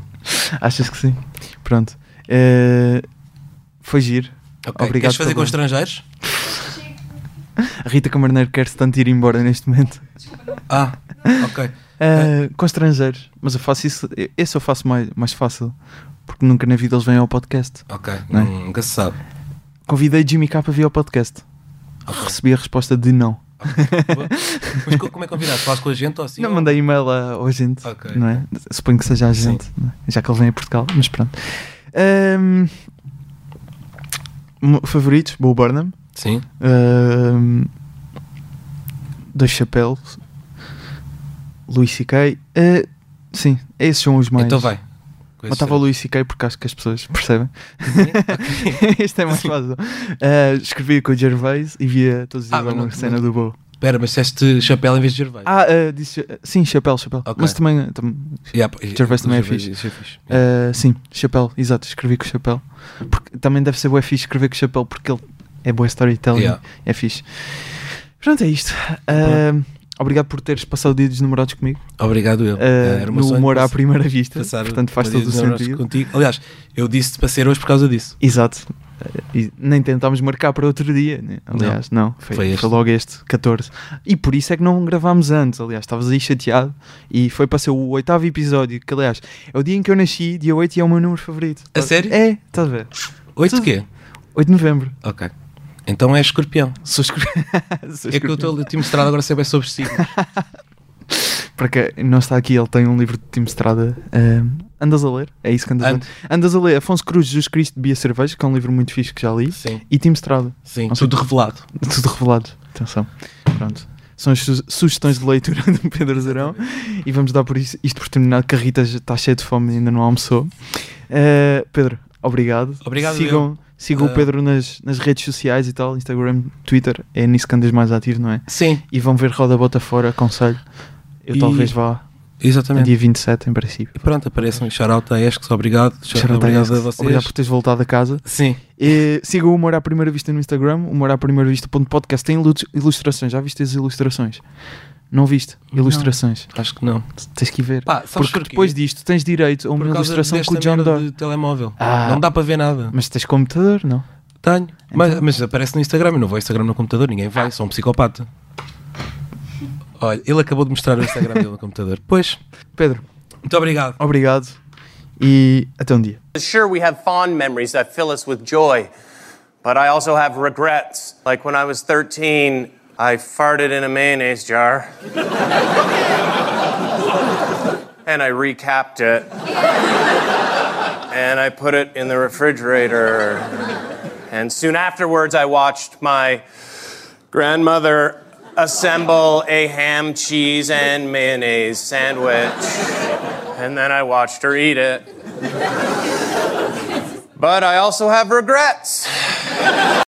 B: Achas que sim? Pronto. Eh, foi giro.
C: Ok,
B: Obrigado
C: Queres fazer
B: pela-
C: com estrangeiros?
B: A Rita Camarneiro quer-se tanto ir embora neste momento.
C: Ah, ok.
B: Ah, com estrangeiros, mas eu faço isso, esse eu faço mais, mais fácil, porque nunca na vida eles vêm ao podcast.
C: Ok,
B: Não é?
C: hum, nunca se sabe.
B: Convidei Jimmy K para vir ao podcast. Recebi a resposta de não.
C: Boa. Mas co- como é convidado? Falas com a gente ou assim?
B: não mandei e-mail a- ao agente,
C: Ok.
B: não é? Suponho que seja agente, não é? já que ele vem a Portugal, mas pronto. Ahm, mo- favoritos: Bo Burnham,
C: Sim.
B: ahm, Dois Chapéus, Luís C.K. ah, sim, esses são os mais.
C: Então vai. Com
B: Matava o
C: esse-
B: Luís C.K. porque acho que as pessoas [LAUGHS] percebem. [LAUGHS]
C: Sim, é. ok.
B: Isto é mais fácil. Ah, escrevia com o Gervais e via todos os
C: Ah,
B: dias
C: mas
B: uma
C: não-
B: cena
C: não-
B: do Bo.
C: Espera, mas disseste chapéu em vez de Gervais.
B: Ah, ah, disse, sim, chapéu, chapéu.
C: Ok.
B: Mas também, tam-
C: Yeah, pá,
B: Gervais também é fixe.
C: isso é fixe.
B: ah, sim, chapéu, exato, escrevi com chapéu. Porque também deve ser boa fixe escrever com chapéu porque ele é boa storytelling,
C: Yeah.
B: é fixe. Pronto, é isto. Ah, obrigado por teres passado o dia dos namorados comigo.
C: Obrigado, eu.
B: Ah,
C: Eh, era o meu
B: no
C: sonho
B: humor à
C: pass-
B: primeira vista.
C: passar
B: Portanto, faz
C: o dia
B: todo o
C: dos namorados
B: sentido.
C: Contigo. Aliás, eu disse-te para ser hoje por causa disso.
B: Exato. E nem tentámos marcar para outro dia, né? aliás, não, foi,
C: Foi
B: foi,
C: este.
B: logo este, 14. E por isso é que não gravámos antes, aliás, estavas aí chateado e foi para ser o oitavo episódio, que aliás é o dia em que eu nasci, dia 8 e é o meu número favorito.
C: A sério?
B: É, estás a ver?
C: 8 de quê?
B: 8 de novembro.
C: Ok. Então é escorpião.
B: Sou escuro. Sou
C: [LAUGHS] É que eu
B: escorpião.
C: estou a te mostrar agora saber
B: [LAUGHS]
C: sobre si.
B: Para quem não está aqui, ele tem um livro de Tim Estrada. ahm, andas a ler? É isso que andas a
C: Ando.
B: ler. Andas a ler Afonso Cruz, Jesus Cristo, Bia Cerveja, que é um livro muito fixe que já li,
C: Sim,
B: e Tim Estrada.
C: sim.
B: Não sei.
C: Tudo revelado.
B: [LAUGHS] Tudo revelado. Atenção. Pronto. São as su- sugestões de leitura [LAUGHS] do Pedro Zarão. E vamos dar por isso, isto por terminado, que a Rita já está cheia de fome e ainda não almoçou. Eh, Pedro, obrigado.
C: Obrigado,
B: Sigam, sigam
C: Eh,
B: o Pedro nas, nas redes sociais e tal, Instagram, Twitter. É nisso que andas mais ativo, não é?
C: Sim,
B: E vão ver Roda Bota Fora, aconselho. Eu
C: E-
B: talvez vá no
C: exatamente.
B: dia 27, em princípio.
C: E pronto, apareçam. Shoutout a Esques, obrigado. Shoutout
B: Shout out
C: obrigado a
B: Esques.
C: vocês.
B: Obrigado por teres voltado a casa.
C: Sim,
B: E sigam Eh, o Humor à Primeira Vista no Instagram, humor à primeira vista.podcast. Tem ilu- ilustrações, já viste as ilustrações? Não viste?
C: Não.
B: Ilustrações.
C: acho que não.
B: Tens que ir ver.
C: Pá, sabes
B: Porque
C: porquê?
B: depois disto tens direito a uma
C: Por causa
B: ilustração
C: desta
B: com o John
C: merda
B: Doe.
C: de telemóvel.
B: Ah. Então.
C: Não dá para ver nada.
B: Mas tens computador, não?
C: Tenho. Mas, mas aparece no Instagram. Eu não vou ao Instagram no computador. Ninguém vai. Sou um psicopata. Olha, ele acabou de mostrar o Instagram dele no computador. Pois.
B: Pedro,
C: Muito obrigado.
B: obrigado e até um dia.
D: Sure, we have fond memories that fill us with joy, but I also have regrets. Like when I was 13, I farted in a mayonnaise jar. [LAUGHS] and I recapped it. and I put it in the refrigerator. And soon afterwards, I watched my grandmother assemble a ham, cheese, and mayonnaise sandwich. And then I watched her eat it. But I also have regrets.